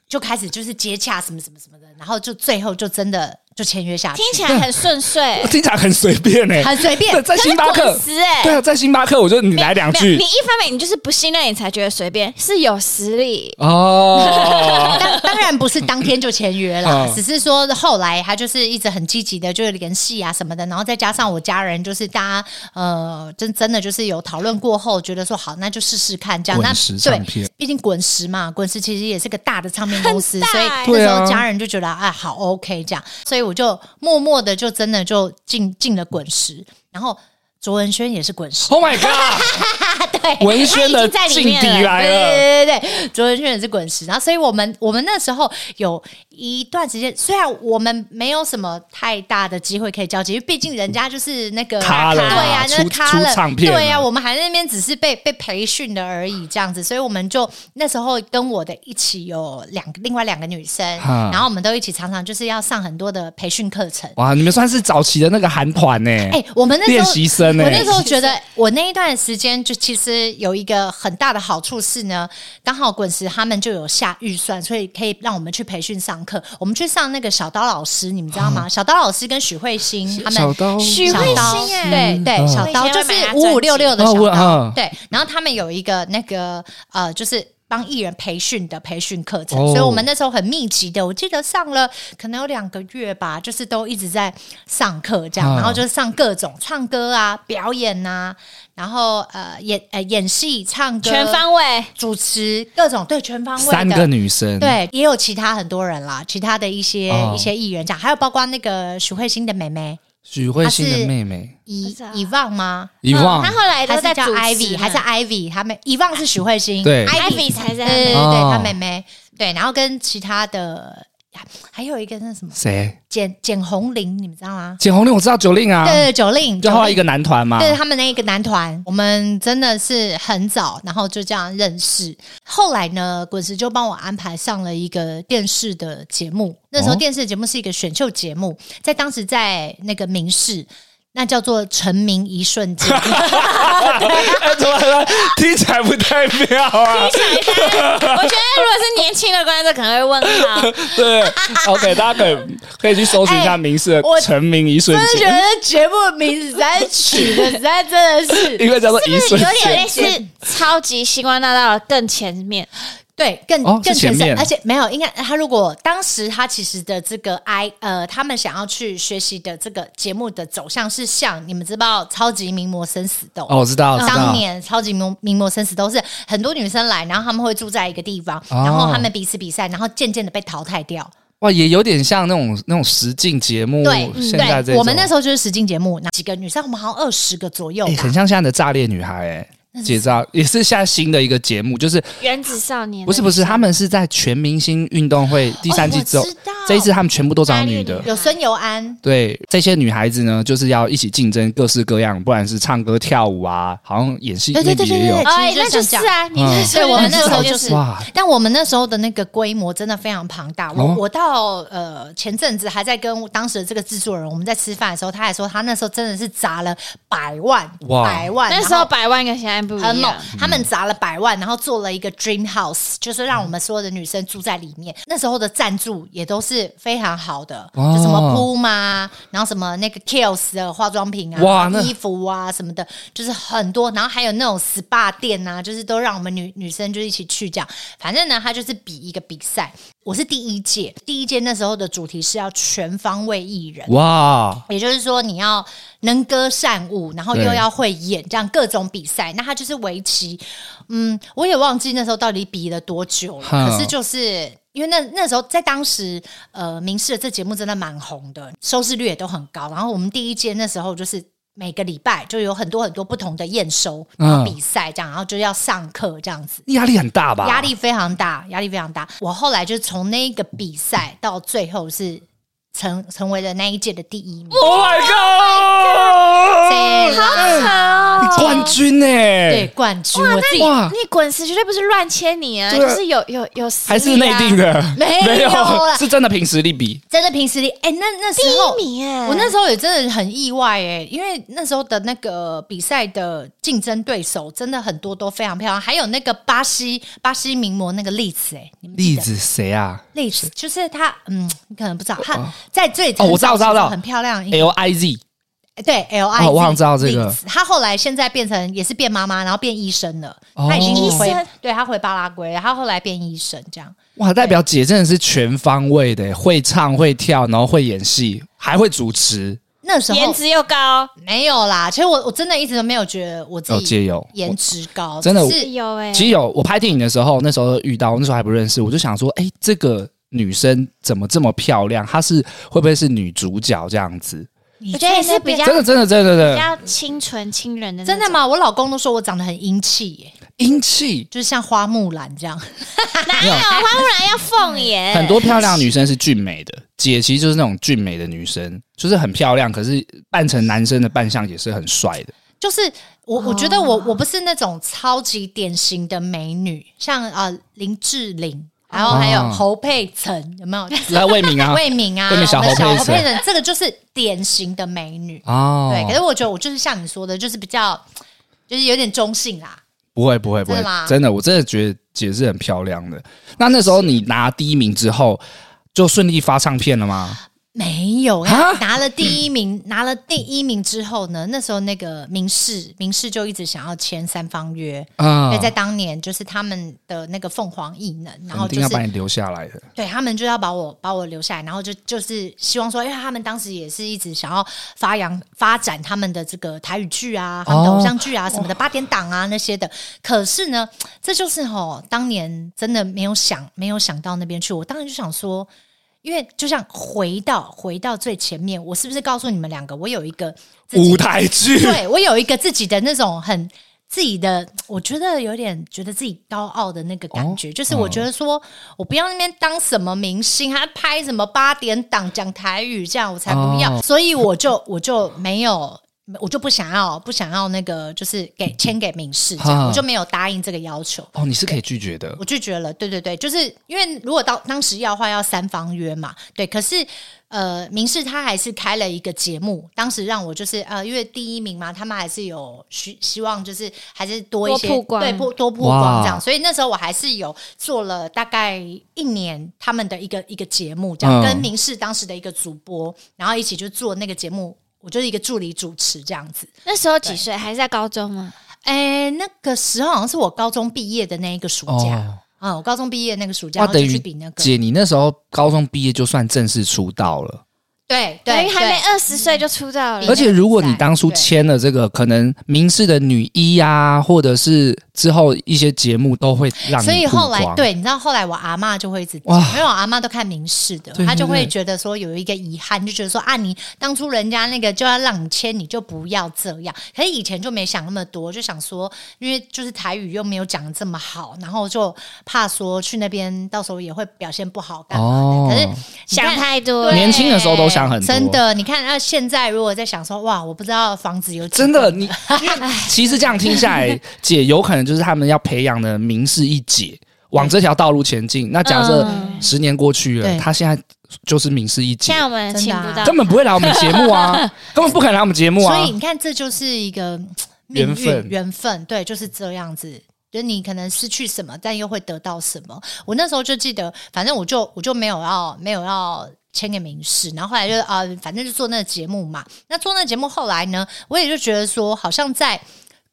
Speaker 1: 就开始就是接洽什么什么什么的，然后就最后就真的就签约下去，
Speaker 3: 听起来很顺遂
Speaker 2: 听起来很随便哎、
Speaker 1: 很随便
Speaker 2: 对，在星巴克
Speaker 3: 可是滚石欸
Speaker 2: 对啊，在星巴克，我就你 [laughs] 来两句
Speaker 3: 你一方面你就是不信任，你才觉得随便，是有实力。
Speaker 2: 哦，
Speaker 1: 当当然不是当天就签约啦，
Speaker 2: 嗯
Speaker 1: 只是说后来他就是一直很积极的，就是联系啊什么的，然后再加上我家人，就是大家呃，真真的就是有讨论过后，觉得说好，那就试试看这样。那
Speaker 2: 滚石唱片
Speaker 1: 对，毕竟滚石嘛，滚石其实也是个大的唱片公司，
Speaker 3: 很大
Speaker 1: 所以
Speaker 3: 欸
Speaker 1: 那
Speaker 2: 对
Speaker 1: 时
Speaker 2: 啊
Speaker 1: 候家人就觉得啊、好 OK 这样，所以我就默默的就真的就进进了滚石，然后卓文萱也是滚石。
Speaker 2: Oh my god！
Speaker 1: 对，
Speaker 2: 文轩的
Speaker 3: 他已
Speaker 2: 劲
Speaker 3: 经在里面
Speaker 2: 敌来了，
Speaker 1: 对对对对，卓文萱也是滚石，然后所以我们我们那时候有一段时间，虽然我们没有什么太大的机会可以交集，因为毕竟人家就是那个
Speaker 2: 咖了
Speaker 1: 对呀、
Speaker 2: 啊
Speaker 1: 就是
Speaker 2: 出
Speaker 1: 咖
Speaker 2: 出唱
Speaker 1: 了，
Speaker 2: 片
Speaker 1: 对呀、
Speaker 2: 了
Speaker 1: 我们还在那边只是被被培训的而已，这样子，所以我们就那时候跟我的一起有两个另外两个女生，
Speaker 2: 哈
Speaker 1: 然后我们都一起常常就是要上很多的培训课程。
Speaker 2: 哇，你们算是早期的那个韩团欸呢，
Speaker 1: 哎、我们那时
Speaker 2: 练
Speaker 1: 候
Speaker 2: 习生欸呢
Speaker 1: 我，那时候觉得，我那一段时间就其实有一个很大的好处是呢，刚好滚石他们就有下预算，所以可以让我们去培训上课。我们去上那个小刀老师，你们知道吗？小刀老师跟许慧欣他们
Speaker 2: 哦小刀
Speaker 1: 许
Speaker 3: 许慧
Speaker 1: 慧欣，
Speaker 3: 欣耶
Speaker 1: 对对，
Speaker 2: 嗯
Speaker 1: 小刀
Speaker 3: 我以前
Speaker 1: 就
Speaker 3: 会
Speaker 1: 是
Speaker 3: 买她
Speaker 1: 五五六六的
Speaker 2: 专辑
Speaker 1: 小
Speaker 2: 哦我
Speaker 1: 刀
Speaker 2: 嗯，
Speaker 1: 对。然后他们有一个那个呃，就是。帮艺人培训的培训课程，
Speaker 2: 哦
Speaker 1: 所以我们那时候很密集的，我记得上了可能有两个月吧，就是都一直在上课这样，
Speaker 2: 啊
Speaker 1: 然后就是上各种唱歌啊、表演呐、然后呃演呃演戏、唱歌、
Speaker 3: 全方位，
Speaker 1: 主持各种对全方位的
Speaker 2: 三个女生，，
Speaker 1: 对，也有其他很多人啦，其他的一些、
Speaker 2: 哦
Speaker 1: 一些艺人这样，还有包括那个许慧欣的妹妹
Speaker 2: 许慧欣的妹妹
Speaker 1: 遗
Speaker 3: 不知道
Speaker 1: 遗忘吗？
Speaker 2: 遗忘
Speaker 3: 嗯他，后来
Speaker 1: 还
Speaker 3: 都
Speaker 1: 是
Speaker 3: 在
Speaker 1: 叫
Speaker 3: 主持
Speaker 1: Ivy，
Speaker 3: 呢
Speaker 1: 还是 Ivy？他们遗忘是许慧欣，
Speaker 2: 对
Speaker 1: ，Ivy 嗯
Speaker 3: Ivy 才是
Speaker 1: 对对对，
Speaker 3: 他妹
Speaker 2: 哦
Speaker 1: 她妹妹对，然后跟其他的还还有一个那什么
Speaker 2: 谁？
Speaker 1: 简简红玲，你们知道吗？
Speaker 2: 简红令我知道九令啊，
Speaker 1: 对对，九令，
Speaker 2: 就
Speaker 1: 九
Speaker 2: 后来
Speaker 1: 令
Speaker 2: 一个啊男团嘛，
Speaker 1: 对他们那个男团，我们真的是很早，然后就这样认识。后来呢，滚石就帮我安排上了一个电视的节目。那时候
Speaker 2: 哦
Speaker 1: 电视节目是一个选秀节目，在当时在那个明视，那叫做《成名一瞬间》。
Speaker 2: [laughs] 哎，怎么了？听起来不太妙啊。
Speaker 3: 我觉得如果是年轻的观众可能会问号，
Speaker 2: 对，OK，大家可以可以去搜寻一下明视的
Speaker 1: [laughs] 我
Speaker 2: 《成名一瞬
Speaker 1: 真的觉
Speaker 2: 间
Speaker 1: 得节目名字实在取的实在
Speaker 2: [laughs]
Speaker 1: 哎真的》，是。
Speaker 2: 因为叫做一
Speaker 3: 就是
Speaker 2: 瞬
Speaker 3: 有点
Speaker 2: 间。
Speaker 3: 类似超级星光大道的更前面，
Speaker 1: 对，更、
Speaker 2: 哦
Speaker 1: 更
Speaker 2: 是前
Speaker 1: 全身，
Speaker 2: 面
Speaker 1: 而且没有，应该他如果当时他其实的这个 I 呃，他们想要去学习的这个节目的走向是像你们知道《超级名模生死斗》
Speaker 2: 哦，我知道，我知
Speaker 1: 当
Speaker 2: 道，
Speaker 1: 年超级名名模生死都是很多女生来，然后她们会住在一个地方，
Speaker 2: 哦
Speaker 1: 然后她们彼此比赛，然后渐渐的被淘汰掉。
Speaker 2: 哇，也有点像那种那种实境节目，
Speaker 1: 对，嗯
Speaker 2: 现在这
Speaker 1: 对，
Speaker 2: 种
Speaker 1: 我们那时候就是实境节目，那几个女生，我们好像二十个左右
Speaker 2: 哎、
Speaker 1: 吧
Speaker 2: 很。像现在的炸裂女孩、欸，哎，姐招也是现在新的一个节目，就是
Speaker 3: 原子少年
Speaker 2: 不是不是，他们是在全明星运动会第三季之后，
Speaker 1: 哦我知道
Speaker 2: 这一次他们全部都找女的
Speaker 3: 炸裂。
Speaker 1: 有孙尤安，
Speaker 2: 对这些女孩子呢，就是要一起竞争各式各样，不然是唱歌跳舞啊，好像演戏
Speaker 1: 对对
Speaker 2: 那
Speaker 1: 对
Speaker 2: 里
Speaker 1: 对
Speaker 2: 也有
Speaker 1: 对。
Speaker 3: 哎，
Speaker 1: 其实
Speaker 3: 那
Speaker 1: 就
Speaker 3: 就
Speaker 1: 想
Speaker 3: 是
Speaker 1: 讲
Speaker 3: 啊，你
Speaker 2: 嗯
Speaker 3: 是
Speaker 1: 对我们那时候
Speaker 3: 就
Speaker 1: 就是
Speaker 2: 哇，
Speaker 1: 但我们那时候的那个规模真的非常庞大。我、
Speaker 2: 哦
Speaker 1: 我到呃前阵子还在跟当时的这个制作人我们在吃饭的时候，他还说他那时候真的是砸了百万
Speaker 2: 哇
Speaker 1: 百万，
Speaker 3: 那
Speaker 1: 然后
Speaker 3: 时候百万跟现在不
Speaker 1: 很
Speaker 3: 一
Speaker 1: 猛
Speaker 3: 样。，嗯
Speaker 1: 他们砸了百万，然后做了一个 dream house，就是让我们所有的女生住在里面。那时候的赞助也都是非常好的，
Speaker 2: 哦
Speaker 1: 就什么 Puma，然后什么那个 Kills 的化妆品啊、
Speaker 2: 哇那
Speaker 1: 衣服啊什么的，就是很多。然后还有那种 SPA 店啊，就是都让我们女女生就一起去这样。反正呢，他就是比一个比赛。我是第一届，第一届那时候的主题是要全方位艺人。
Speaker 2: 哇，
Speaker 1: 也就是说，你要能歌善舞，然后又
Speaker 2: 对
Speaker 1: 要会演，这样各种比赛。那它就是围棋，嗯，我也忘记那时候到底比了多久了。
Speaker 2: 哼
Speaker 1: 可是就是因为那那时候在当时，呃，明视的这节目真的蛮红的，收视率也都很高。然后我们第一届那时候就是。每个礼拜就有很多很多不同的验收，
Speaker 2: 嗯
Speaker 1: 然后比赛这样，然后就要上课这样子，
Speaker 2: 压力很大吧？
Speaker 1: 压力非常大，压力非常大。我后来就从那一个比赛到最后是成成为了那一届的第一名。
Speaker 2: ！Oh my god！
Speaker 3: 好
Speaker 2: 你冠军呢、
Speaker 1: 对冠军，我自己
Speaker 2: 哇，
Speaker 3: 你滚石绝对不是乱签你啊，
Speaker 2: 啊对
Speaker 3: 就
Speaker 2: 啊
Speaker 3: 是有有有实力啊
Speaker 2: 还是内定的，
Speaker 1: 没有
Speaker 2: 有
Speaker 1: 啦
Speaker 2: 是真的凭实
Speaker 1: [laughs]
Speaker 2: 力比。
Speaker 1: 真的凭实力。哎、那那时候
Speaker 3: 第一名哎，
Speaker 1: 我那时候也真的很意外哎、因为那时候的那个比赛的竞争对手真的很多都非常漂亮，还有那个巴西巴西名模那个丽子哎，你们记
Speaker 2: 例
Speaker 1: 得
Speaker 2: 子谁啊
Speaker 1: 丽子就是她，嗯，你可能不知道，她在最早
Speaker 2: 哦我知道我知道
Speaker 1: 的时候
Speaker 2: 我知道
Speaker 1: 很漂亮，
Speaker 2: ？L 哎 I Z
Speaker 1: 对 L I，
Speaker 2: 哦我好像知道这个
Speaker 1: 她后来现在变成也是变妈妈，然后变医生了，
Speaker 2: 哦
Speaker 1: 她已经
Speaker 3: 医
Speaker 1: 回
Speaker 3: 生
Speaker 1: 对她回巴拉圭，她后来变医生这样。
Speaker 2: 哇，代表姐真的是全方位的，会唱会跳，然后会演戏，还会主持。
Speaker 1: 那时候
Speaker 3: 颜值又高，
Speaker 1: 没有啦，其实我我真的一直都没有觉得我自
Speaker 2: 哦，
Speaker 1: 己
Speaker 2: 姐有
Speaker 1: 颜值高，
Speaker 2: 真的
Speaker 1: 只是
Speaker 3: 有哎，
Speaker 2: 其实有，我拍电影的时候，那时候遇到，那时候还不认识，我就想说，哎、这个女生怎么这么漂亮？她是会不会是女主角这样子？
Speaker 1: 你
Speaker 3: 我觉得也是比较
Speaker 2: 真的，真的，真的，真
Speaker 3: 比
Speaker 2: 的，
Speaker 3: 较清纯亲人的那
Speaker 1: 真
Speaker 3: 种，
Speaker 1: 的吗？我老公都说我长得很英气耶，
Speaker 2: 英气。
Speaker 1: 就是像
Speaker 3: [laughs]
Speaker 1: 花木兰这样。
Speaker 3: 哪有花木兰要凤眼？
Speaker 2: 很多漂亮女生是俊美的，姐其实就是那种俊美的女生，就是很漂亮，可是扮成男生的扮相也是很帅的。
Speaker 1: 就是我，我觉得我
Speaker 3: 哦
Speaker 1: 我不是那种超级典型的美女，像啊、呃林志玲，然后还有
Speaker 2: 哦
Speaker 1: 侯佩岑，有没有？
Speaker 2: 来，魏敏
Speaker 1: [laughs]
Speaker 2: 啊，
Speaker 1: 魏敏啊，
Speaker 2: 魏敏小
Speaker 1: 我们
Speaker 2: 侯佩岑
Speaker 1: 佩岑，这个就是典型的美女。
Speaker 2: 哦，
Speaker 1: 对，可是我觉得我就是像你说的，就是比较，就是有点中性啦。
Speaker 2: 不会不会不
Speaker 1: 真的
Speaker 2: 会
Speaker 1: 吗，
Speaker 2: 真的，我真的觉得姐是很漂亮的。那那时候你拿第一名之后，就顺利发唱片了吗？
Speaker 1: 没有，
Speaker 2: 啊
Speaker 1: 拿了第一名，拿了第一名之后呢，那时候那个明世明世就一直想要签三方约，因
Speaker 2: 啊
Speaker 1: 为在当年就是他们的那个凤凰艺能，然后
Speaker 2: 肯定
Speaker 1: 就
Speaker 2: 要
Speaker 1: 是
Speaker 2: 把你留下来的。
Speaker 1: 对他们就要把我把我留下来，然后就就是希望说，因为他们当时也是一直想要发扬发展他们的这个台语剧啊、他们的偶像剧啊什么的、八点档啊那些的。可是呢，这就是吼、当年真的没有想没有想到那边去，我当然就想说。因为就像回到回到最前面，我是不是告诉你们两个，我有一个自己
Speaker 2: 舞台剧， [laughs]
Speaker 1: 对我有一个自己的那种很自己的，我觉得有点觉得自己高傲的那个感
Speaker 2: 哦
Speaker 1: 觉，就是我觉得说、我不要那边当什么明星，还拍什么八点档讲台语，这样我才不要，
Speaker 2: 哦
Speaker 1: 所以我就我就没有。我就不想要，不想要那个，就是给签给明世，这样
Speaker 2: 哈
Speaker 1: 我就没有答应这个要求。
Speaker 2: 哦，你是可以拒绝的
Speaker 1: 我拒绝了。对对对，就是因为如果到当时要的话，要三方约嘛。对，可是呃，明世他还是开了一个节目，当时让我就是呃，因为第一名嘛，他们还是有希希望，就是还是多一些
Speaker 3: 多曝光
Speaker 1: 对，多多曝光
Speaker 2: 哇
Speaker 1: 这样。所以那时候我还是有做了大概一年他们的一个一个节目，这样、
Speaker 2: 嗯
Speaker 1: 跟明世当时的一个主播，然后一起就做那个节目。我就是一个助理主持这样子，
Speaker 3: 那时候几岁？还是在高中吗？啊
Speaker 1: 哎、那个时候好像是我高中毕业的那一个暑假，
Speaker 2: 哦。
Speaker 1: 啊、我高中毕业那个暑假，
Speaker 2: 哇，
Speaker 1: 然后
Speaker 2: 等
Speaker 1: 就
Speaker 2: 于
Speaker 1: 去比那个，
Speaker 2: 姐，你那时候高中毕业就算正式出道了。
Speaker 1: 对
Speaker 3: 等于
Speaker 1: 对，
Speaker 3: 还没
Speaker 1: 对
Speaker 3: 二十岁就出道了，
Speaker 2: 而且如果你
Speaker 1: 比那个比赛
Speaker 2: 当初
Speaker 1: 对
Speaker 2: 签了这个，可能明视的女一啊，或者是之后一些节目都会让你
Speaker 1: 所以
Speaker 2: 曝
Speaker 1: 后来
Speaker 2: 光，
Speaker 1: 对，你知道后来我阿嬷就会一直
Speaker 2: 哇
Speaker 1: 讲，因为我阿嬷都看明视的
Speaker 2: 对，
Speaker 1: 她就
Speaker 2: 对对
Speaker 1: 会觉得说有一个遗憾，就觉得说啊，你当初人家那个就要让你签，你就不要这样。可是以前就没想那么多，就想说，因为就是台语又没有讲得这么好，然后就怕说去那边到时候也会表现不好干嘛。
Speaker 2: 哦
Speaker 1: 可是你看
Speaker 3: 想太多了，
Speaker 2: 年轻的时候都想很多，
Speaker 1: 啊真。的，你看，那啊现在如果在想说，哇，我不知道房子有几
Speaker 2: 真的，
Speaker 1: 栋
Speaker 2: 你因为其实这样听下
Speaker 1: [laughs]
Speaker 2: 来，姐有可能就是他们要培养的名士一姐，往这条道路前进。那假设
Speaker 3: 嗯
Speaker 2: 十年过去了，
Speaker 1: 对
Speaker 2: 她现在就是名士一姐
Speaker 3: 现，在我们请不
Speaker 2: [laughs]
Speaker 3: 到，
Speaker 2: 根本不会来我们节目
Speaker 1: [laughs]
Speaker 2: 啊，根本不可能来我们节目啊
Speaker 1: 所以。你看，这就是一个嗯
Speaker 2: 缘
Speaker 1: 命运
Speaker 2: 分
Speaker 1: 缘分对，就是这样子。就是你可能失去什么，但又会得到什么。我那时候就记得，反正我就我就没有要没有要签给名士，然后后来就啊、反正就做那个节目嘛。那做那个节目后来呢，我也就觉得说，好像在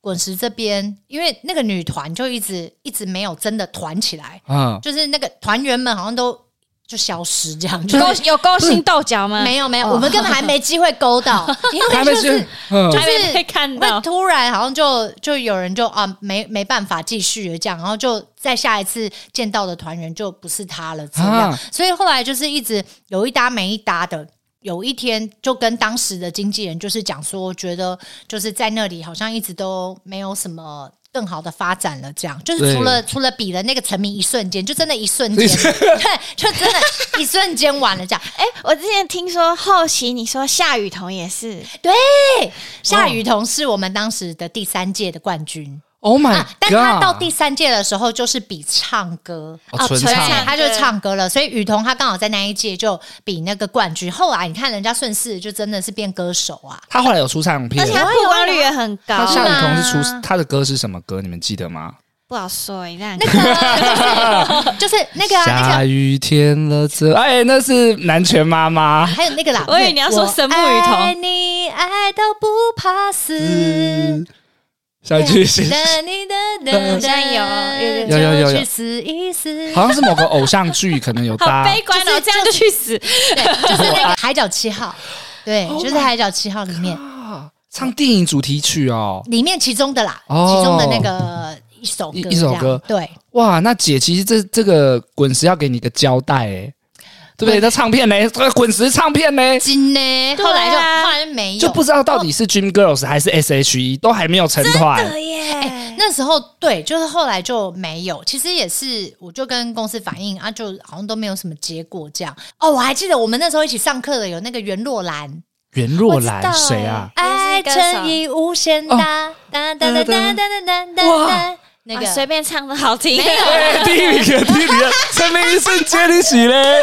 Speaker 1: 滚石这边，因为那个女团就一直一直没有真的团起来，
Speaker 2: 嗯，
Speaker 1: 就是那个团员们好像都就消失这
Speaker 2: [laughs]
Speaker 1: 样，就
Speaker 3: 勾有勾心斗角吗？
Speaker 2: 嗯
Speaker 1: 没有没有，
Speaker 3: 哦
Speaker 1: 我们根本还没机会勾
Speaker 2: [laughs]
Speaker 1: 到，因为
Speaker 2: 还
Speaker 1: 就
Speaker 2: 没
Speaker 1: 是
Speaker 2: 是嗯
Speaker 1: 就
Speaker 3: 还没
Speaker 1: 是
Speaker 3: 被看
Speaker 1: 会
Speaker 3: 到，
Speaker 1: 突然好像就就有人就啊没没办法继续了这样，然后就再下一次见到的团员就不是他了这样，
Speaker 2: 啊
Speaker 1: 所以后来就是一直有一搭没一搭的。有一天就跟当时的经纪人就是讲说，觉得就是在那里好像一直都没有什么更好的发展了，这样就是除了除了比了那个成名一瞬间，就真的一瞬间， [laughs] 对，就真的一瞬间完了这样。
Speaker 3: 哎、我之前听说后期你说夏雨桐也是，
Speaker 1: 夏雨桐是我们当时的第三届的冠军。
Speaker 2: ，Oh my
Speaker 1: 啊
Speaker 2: god！！
Speaker 1: 但他到第三届的时候，就是比唱歌
Speaker 2: 哦纯
Speaker 1: 所以
Speaker 2: 唱
Speaker 1: 他就唱歌了。所以雨桐他刚好在那一届就比那个冠军。后来你看人家顺势就真的是变歌手
Speaker 2: [laughs]
Speaker 1: 啊，
Speaker 2: 他后来有出唱片
Speaker 3: 而且，他曝光率也很
Speaker 2: 他，
Speaker 3: 高
Speaker 2: 夏雨桐是
Speaker 1: 啊
Speaker 2: 出他的歌是什么歌？你们记得吗？
Speaker 3: 不好说、欸，那
Speaker 1: 那个就是就是那个啊那个。
Speaker 2: 下雨天了这，哎，那是南拳妈妈。
Speaker 1: 还有那个啦，
Speaker 3: 我以为你要说神木雨桐
Speaker 1: 我爱你爱到不怕死。
Speaker 2: 嗯，下一句是
Speaker 1: [laughs] 哒你哒哒
Speaker 3: 好像嗯
Speaker 2: 有有
Speaker 3: 有
Speaker 2: 有有
Speaker 1: 就去死一死。
Speaker 2: 好像是某个偶像剧，可能有
Speaker 3: 好
Speaker 2: 搭。
Speaker 3: 悲观哦，
Speaker 1: 就是
Speaker 3: 这样就去死。
Speaker 1: 对，就是那个海角七号，对，
Speaker 2: Oh
Speaker 1: 就是海角七号里面。
Speaker 2: 啊唱电影主题曲哦，
Speaker 1: 里面其中的啦，
Speaker 2: 哦
Speaker 1: 其中的那个一首歌
Speaker 2: 一一首歌
Speaker 1: 这样对，
Speaker 2: 哇，那姐其实这这个滚石要给你一个交代哎，对不对？那唱片呢？这个滚石唱片呢？
Speaker 1: 金呢，
Speaker 3: 对啊
Speaker 1: 后来就后来就没有，
Speaker 2: 就不知道到底
Speaker 1: 哦
Speaker 2: 是 Dream Girls 还是 S.H.E，都还没有成团。
Speaker 3: 耶，
Speaker 1: 那时候对，就是后来就没有。其实也是，我就跟公司反映啊，就好像都没有什么结果这样。哦，我还记得我们那时候一起上课的有那个袁若兰，
Speaker 2: 袁若兰谁啊？
Speaker 1: 爱
Speaker 3: 也是歌手
Speaker 1: 乘以无限大，哒哒哒哒哒哒哒
Speaker 2: 哇
Speaker 1: 哒，那
Speaker 3: 那
Speaker 1: 个
Speaker 3: 个啊随、便唱的好听，
Speaker 2: 哎，第一名，第一
Speaker 1: [laughs]
Speaker 2: 名，啊成名一瞬间你起嘞，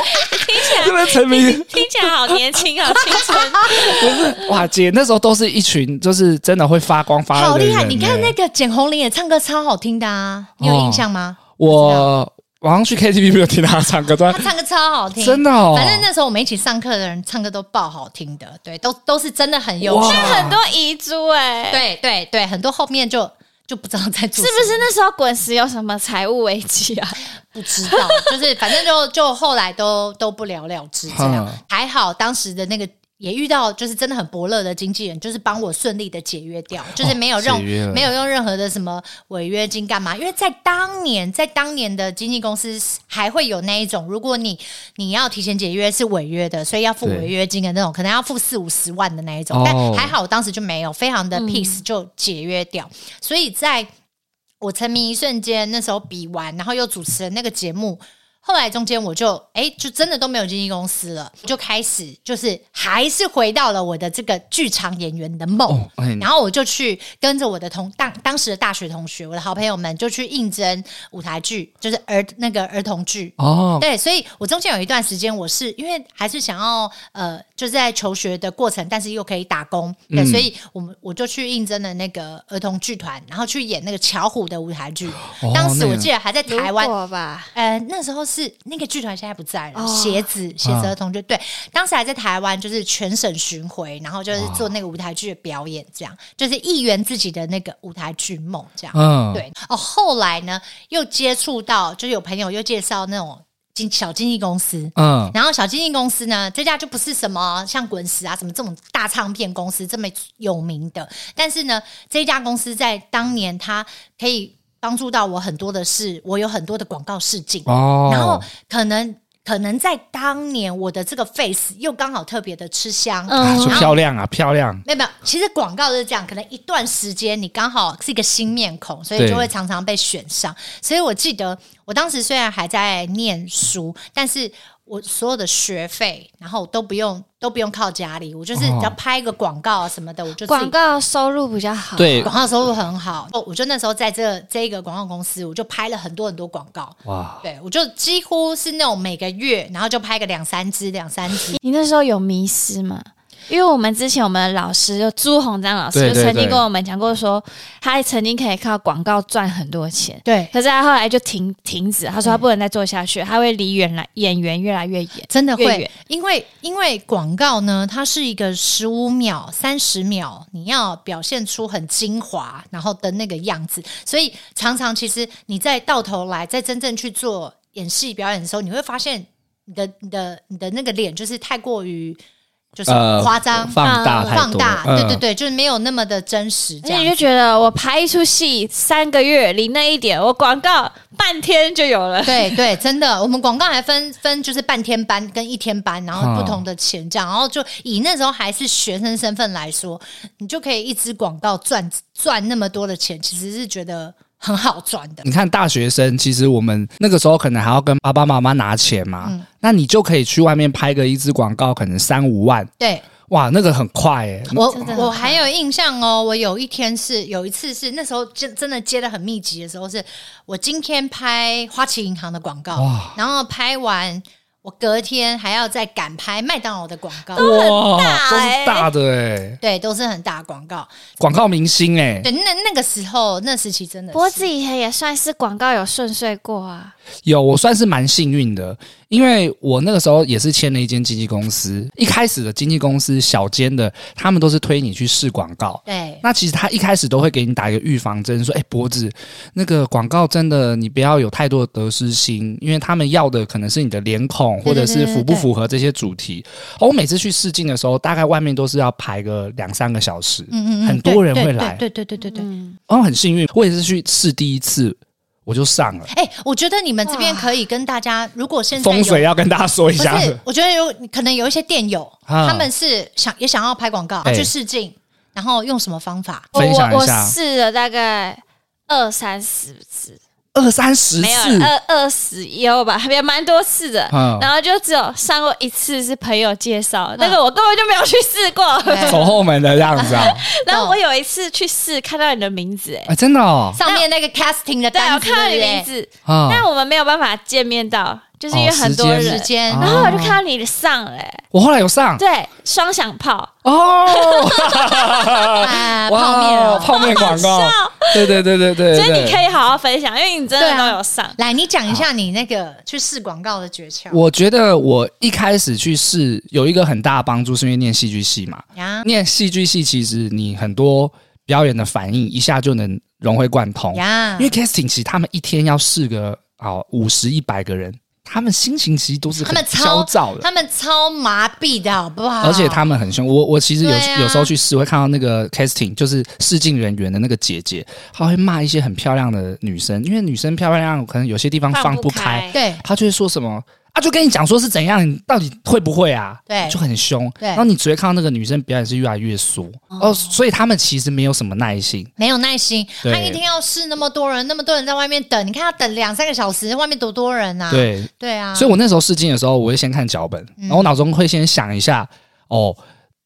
Speaker 2: 这个成名。
Speaker 3: 听起来好年轻，好青春。
Speaker 2: 哇，姐那时候都是一群就是真的会发光发热
Speaker 1: 好
Speaker 2: 的人
Speaker 1: 厉
Speaker 2: 呢、
Speaker 1: 害！你看那个简红玲也唱歌超好听的啊，你有印象吗？
Speaker 2: 我晚上去 KTV 没有听她唱
Speaker 1: [laughs]
Speaker 2: 歌，真
Speaker 1: 她
Speaker 2: 的
Speaker 1: 唱歌超好听，
Speaker 2: 真的哦。
Speaker 1: 反正那时候我们一起上课的人唱歌都爆好听的，对，都都是真的很优秀
Speaker 2: 哇。
Speaker 3: 很多遗珠哎、
Speaker 1: 对对对，很多后面就就不知道在做
Speaker 3: 是
Speaker 1: 什
Speaker 3: 不是那时候滚石有什么财务危机啊？
Speaker 1: 么不知道，就是反正就就后来都都不了了之这样
Speaker 2: 哈。
Speaker 1: 还好当时的那个。也遇到就是真的很伯乐的经纪人，就是帮我顺利的解约掉，就是没有用、
Speaker 2: 哦解约了
Speaker 1: 没有用任何的什么违约金干嘛？因为在当年，在当年的经纪公司还会有那一种，如果你你要提前解约是违约的，所以要付
Speaker 2: 对
Speaker 1: 违约金的那种，可能要付四五十万的那一种。
Speaker 2: 哦
Speaker 1: 但还好我当时就没有，非常
Speaker 3: 嗯
Speaker 1: 的 peace 就解约掉。所以在我沉迷一瞬间，那时候比完，然后又主持了那个节目。后来中间我就哎、就真的都没有经纪公司了，就开始就是还是回到了我的这个剧场演员的梦。
Speaker 2: 哦，哎、
Speaker 1: 然后我就去跟着我的同当当时的大学同学，我的好朋友们就去应征舞台剧，就是儿那个儿童剧。
Speaker 2: 哦，
Speaker 1: 对，所以我中间有一段时间，我是因为还是想要呃就是在求学的过程，但是又可以打工，
Speaker 2: 嗯
Speaker 1: 对，所以我们我就去应征了那个儿童剧团，然后去演那个巧虎的舞台剧。
Speaker 2: 哦
Speaker 1: 当时
Speaker 2: 那
Speaker 1: 我
Speaker 2: 个
Speaker 1: 记得还在台湾
Speaker 3: 如果吧，
Speaker 1: 呃，那时候是那个剧团现在不在了，
Speaker 3: 哦
Speaker 1: 鞋子鞋子儿童
Speaker 2: 哦
Speaker 1: 就对，当时还在台湾，就是全省巡回，然后就是做那个舞台剧的表演，这样就是一圆自己的那个舞台剧梦，这样。
Speaker 2: 嗯，
Speaker 1: 对哦，后来呢，又接触到，就是有朋友又介绍那种经小经纪公司，
Speaker 2: 嗯，
Speaker 1: 然后小经纪公司呢，这家就不是什么像滚石啊什么这种大唱片公司这么有名的，但是呢，这家公司在当年它可以帮助到我很多的是，我有很多的广告试镜，
Speaker 2: 哦，
Speaker 1: 然后可能可能在当年我的这个 face 又刚好特别的吃香，
Speaker 2: 啊就
Speaker 1: 嗯然后
Speaker 2: 漂亮啊，漂亮，
Speaker 1: 没有没有，其实广告就是这样，可能一段时间你刚好是一个新面孔，所以
Speaker 2: 对
Speaker 1: 就会常常被选上。所以我记得我当时虽然还在念书，但是我所有的学费，然后都不用 [laughs] 都不用靠家里，我就是
Speaker 2: 哦
Speaker 1: 只要拍一个广告啊什么的，我就自己
Speaker 3: 广告收入比较好。
Speaker 2: 对
Speaker 1: 广告收入很好。哦，我就那时候在这这个广告公司，我就拍了很多很多广告。
Speaker 2: 哇，
Speaker 1: 对，我就几乎是那种每个月，然后就拍个两三支，两三支，
Speaker 3: 你那时候有迷失吗？因为我们之前我们的老师就朱鸿章老师
Speaker 2: 对
Speaker 3: 就
Speaker 2: 对
Speaker 3: 曾经
Speaker 2: 对
Speaker 3: 跟我们讲过说，他曾经可以靠广告赚很多钱，
Speaker 1: 对，
Speaker 3: 可是他后来就停停止，他说他不能再做下去，他会离原来演员越来越远。
Speaker 1: 真的
Speaker 3: 越
Speaker 1: 会
Speaker 3: 远，
Speaker 1: 因为因为广告呢，它是一个十五秒、三十秒，你要表现出很精华，然后的那个样子，所以常常其实你在到头来，在真正去做演戏表演的时候，你会发现你的你的你的那个脸就是太过于就是
Speaker 2: 呃
Speaker 1: 夸张、
Speaker 2: 放大
Speaker 3: 呃
Speaker 2: 太
Speaker 1: 放
Speaker 2: 多
Speaker 1: 大，
Speaker 2: 嗯
Speaker 1: 对对对，就是没有那么的真实
Speaker 3: 而
Speaker 1: 这
Speaker 3: 且
Speaker 1: 样
Speaker 3: 你就
Speaker 1: 子。
Speaker 3: 觉得我拍一出戏三个月，离那一点我广告半天就有了。
Speaker 1: 对对，真的，我们广告还分分就是半天班跟一天班，然后不
Speaker 2: 嗯
Speaker 1: 同的钱这样，然后就以那时候还是学生身份来说，你就可以一支广告赚赚那么多的钱，其实是觉得很好赚的。
Speaker 3: 嗯
Speaker 2: 你看大学生，其实我们那个时候可能还要跟爸爸妈妈拿钱嘛，那你就可以去外面拍个一支广告，可能三五万，
Speaker 1: 对
Speaker 2: 哇，那个很快哎、
Speaker 1: 我
Speaker 3: 嗯真的很
Speaker 1: 我
Speaker 3: 快
Speaker 1: 还有印象哦，我有一天是有一次是那时候真真的接的很密集的时候是，我今天拍花旗银行的广告
Speaker 2: 哇，
Speaker 1: 然后拍完。我隔天还要再赶拍麦当劳的广告，
Speaker 2: 哇，都
Speaker 3: 欸
Speaker 2: 是大的哎、
Speaker 1: 对，都是很大的广告。
Speaker 2: 广告明星哎、
Speaker 1: 对，那那个时候，那时期真的是，
Speaker 3: [laughs] 不过自己也算是广告有顺遂过啊，
Speaker 2: 有我算是蛮幸运的，因为我那个时候也是签了一间经纪公司，一开始的经纪公司小间的，他们都是推你去试广告。
Speaker 1: 对
Speaker 2: 那其实他一开始都会给你打一个预防针，说：“哎、脖子，那个广告真的你不要有太多的得失心，因为他们要的可能是你的脸孔，
Speaker 1: 对
Speaker 2: 或
Speaker 1: 对
Speaker 2: 者
Speaker 1: 对
Speaker 2: 是符不
Speaker 1: 对对
Speaker 2: 符合这些主题。
Speaker 1: 嗯
Speaker 2: 哦”我每次去试镜的时候，大概外面都是要排个两三个小时，
Speaker 1: 嗯嗯嗯，
Speaker 2: 很多人
Speaker 1: 对
Speaker 2: 会
Speaker 1: 对
Speaker 2: 来
Speaker 1: 对对对对对对。
Speaker 3: 嗯，
Speaker 2: 哦，很幸运，我也是去试第一次我就上了。
Speaker 1: 哎、我觉得你们这边
Speaker 3: 哇
Speaker 1: 可以跟大家，如果现在有
Speaker 2: 风水要跟大家说一
Speaker 1: 不
Speaker 2: 下，
Speaker 1: 是，我觉得有可能有一些店友，
Speaker 2: 啊
Speaker 1: 他们是想也想要拍广告，
Speaker 2: 哎
Speaker 1: 去试镜，然后用什么方
Speaker 2: [laughs]
Speaker 1: 法？
Speaker 3: 我
Speaker 2: 分享
Speaker 3: 我
Speaker 2: 一
Speaker 3: 我
Speaker 2: 下
Speaker 3: 试了大概二三十次，
Speaker 2: 二三十
Speaker 3: 没有
Speaker 2: 次，
Speaker 3: 二二十有吧，还蛮多次的。
Speaker 2: 嗯，
Speaker 3: 然后就只有上过一次是朋友介绍，那个我根本就没有去试过。
Speaker 1: 对
Speaker 2: 走后门的这样子
Speaker 1: [laughs]
Speaker 2: 啊，
Speaker 3: [laughs] 然后我有一次去试，看到你的名字、哎，
Speaker 2: 哎，真的哦，
Speaker 1: 上面那个 casting 的
Speaker 3: 对，我
Speaker 1: 单子，
Speaker 3: 看到你
Speaker 1: 对不
Speaker 3: 的
Speaker 1: 对？
Speaker 3: 名字，
Speaker 2: 啊，
Speaker 3: 但我们没有办法见面到，就是因为
Speaker 2: 哦
Speaker 3: 很多
Speaker 2: 时哦
Speaker 3: 人
Speaker 1: 时。间，
Speaker 2: 啊
Speaker 3: 然后我就看到你上了、哎
Speaker 2: 我后来有上
Speaker 3: 对，双响炮，
Speaker 2: 哦，
Speaker 1: 啊，
Speaker 2: 哇
Speaker 1: 泡面哦。
Speaker 2: 泡面广告
Speaker 3: 好笑，
Speaker 2: 对对对对对，
Speaker 3: 所以你可
Speaker 2: 以。
Speaker 3: 以好好分享，因为你真
Speaker 1: 对
Speaker 3: 的
Speaker 1: 啊
Speaker 3: 都有上。
Speaker 1: 来，你讲一下你那个去试广告的诀窍
Speaker 2: 我觉得我一开始去试有一个很大的帮助，是因为念戏剧系嘛。
Speaker 1: 呀
Speaker 2: 念戏剧系其实你很多表演的反应一下就能融会贯通，
Speaker 1: 呀
Speaker 2: 因为 casting 其实他们一天要试个啊五十一百个人，他们心情其实都是
Speaker 1: 他
Speaker 2: 很
Speaker 1: 们
Speaker 2: 焦
Speaker 1: 超
Speaker 2: 躁的，
Speaker 1: 他们超麻痹的好不好？
Speaker 2: 而且他们很凶，我我其实有、
Speaker 1: 啊对啊
Speaker 2: 有时候去试会看到那个 casting，就是试镜人员的那个姐姐，她会骂一些很漂亮的女生，因为女生漂亮，可能有些地方放不开，
Speaker 1: 对
Speaker 2: 她就会说什么啊，就跟你讲说是怎样，你到底会不会啊？
Speaker 1: 对
Speaker 2: 就很凶。
Speaker 1: 对
Speaker 2: 然后你只会看到那个女生表演是越来越缩哦，所以他们其实没有什么耐心。
Speaker 1: 没有耐心，
Speaker 2: 对
Speaker 1: 他一天要试那么多人，那么多人在外面等，你看要等两三个小时，外面多多人啊！
Speaker 2: 对，
Speaker 1: 对啊，
Speaker 2: 所以我那时候试镜的时候，我会先看脚本，
Speaker 1: 嗯
Speaker 2: 然后我脑中会先想一下哦。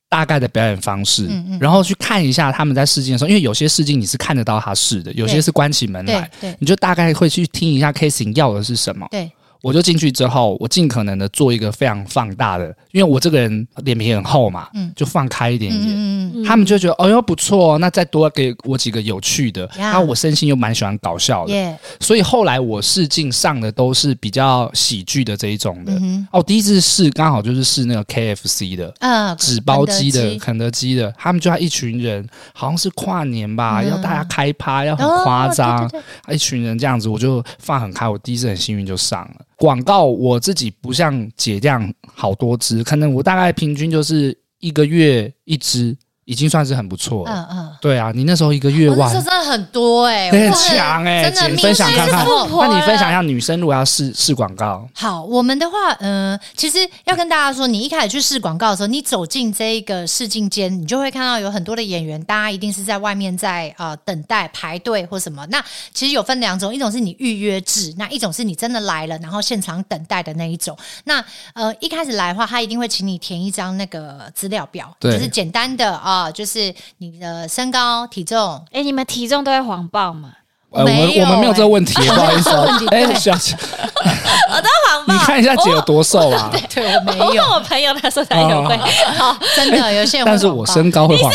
Speaker 2: 大概的表演方式，
Speaker 1: 嗯嗯
Speaker 2: 然后去看一下他们在试镜的时候，因为有些试镜你是看得到他试的，有些是关起门
Speaker 1: 对
Speaker 2: 来，
Speaker 1: 对
Speaker 2: 你就大概会去听一下 casing 要的是什么。
Speaker 1: 对，
Speaker 2: 我就进去之后，我尽可能的做一个非常放大的，因为我这个人脸皮很厚嘛，
Speaker 1: 嗯
Speaker 2: 就放开一点点。
Speaker 1: 嗯，
Speaker 2: 他们就觉得哦哟不错哦，那再多给我几个有趣的。
Speaker 1: Yeah
Speaker 2: 然后我身心又蛮喜欢搞笑的，
Speaker 1: 耶，
Speaker 2: 所以后来我试镜上的都是比较喜剧的这一种的。
Speaker 1: 嗯哼
Speaker 2: 哦，第一次试刚好就是试那个 KFC 的，
Speaker 1: 嗯，
Speaker 2: 纸包鸡的、
Speaker 1: 肯德基
Speaker 2: 肯德基的，他们就要一群人，好像是跨年吧，要大家开趴，要很夸张，
Speaker 1: 嗯哦对对
Speaker 2: 一群人这样子，我就放很开。我第一次很幸运就上了广告，我自己不像姐这样好多支，可能我大概平均就是一个月一支，已经算是很不错
Speaker 1: 对
Speaker 2: 了。
Speaker 1: 嗯嗯。
Speaker 2: 对啊，你那时候一个月
Speaker 1: 我那
Speaker 2: 哇
Speaker 1: 时。候真的很多哎、
Speaker 2: 你很
Speaker 1: 我很
Speaker 2: 强哎、
Speaker 1: 真的
Speaker 2: 姐，你
Speaker 1: 命
Speaker 2: 分享
Speaker 1: 运
Speaker 2: 看
Speaker 1: 之
Speaker 2: 看。
Speaker 3: 富
Speaker 2: 那
Speaker 3: 婆
Speaker 2: 你分
Speaker 3: 了
Speaker 2: 享一下女生如果要试试广告，
Speaker 1: 好，我们的话，嗯、其实要跟大家说，你一开始去试广告的时候，你走进这一个试镜间，你就会看到有很多的演员，大家一定是在外面在呃等待排队或什么。那其实有分两种，一种是你预约制，那一种是你真的来了，然后现场等待的那一种。那呃一开始来的话，他一定会请你填一张那个资料表，就
Speaker 2: 对
Speaker 1: 是简单的啊、就是你的身高、体
Speaker 2: [laughs]
Speaker 1: 重，
Speaker 3: 哎、你们体重都会谎报 [laughs] 吗？
Speaker 2: 呃，我们
Speaker 1: 没有
Speaker 2: 我们没有
Speaker 1: 欸
Speaker 2: 这个问
Speaker 1: [laughs]
Speaker 2: 题，不好意思哦
Speaker 1: 题，
Speaker 2: 哎，小
Speaker 1: [laughs]
Speaker 2: 姐，
Speaker 3: 我都谎
Speaker 2: 你看一下姐有多瘦啊？
Speaker 1: 哦对我没
Speaker 3: 我问
Speaker 1: 有，
Speaker 3: 哦我朋友，他说他有
Speaker 2: 哦
Speaker 3: 会。 [laughs] 好，
Speaker 1: 真的有些人会谎报，
Speaker 2: 但是我身高会谎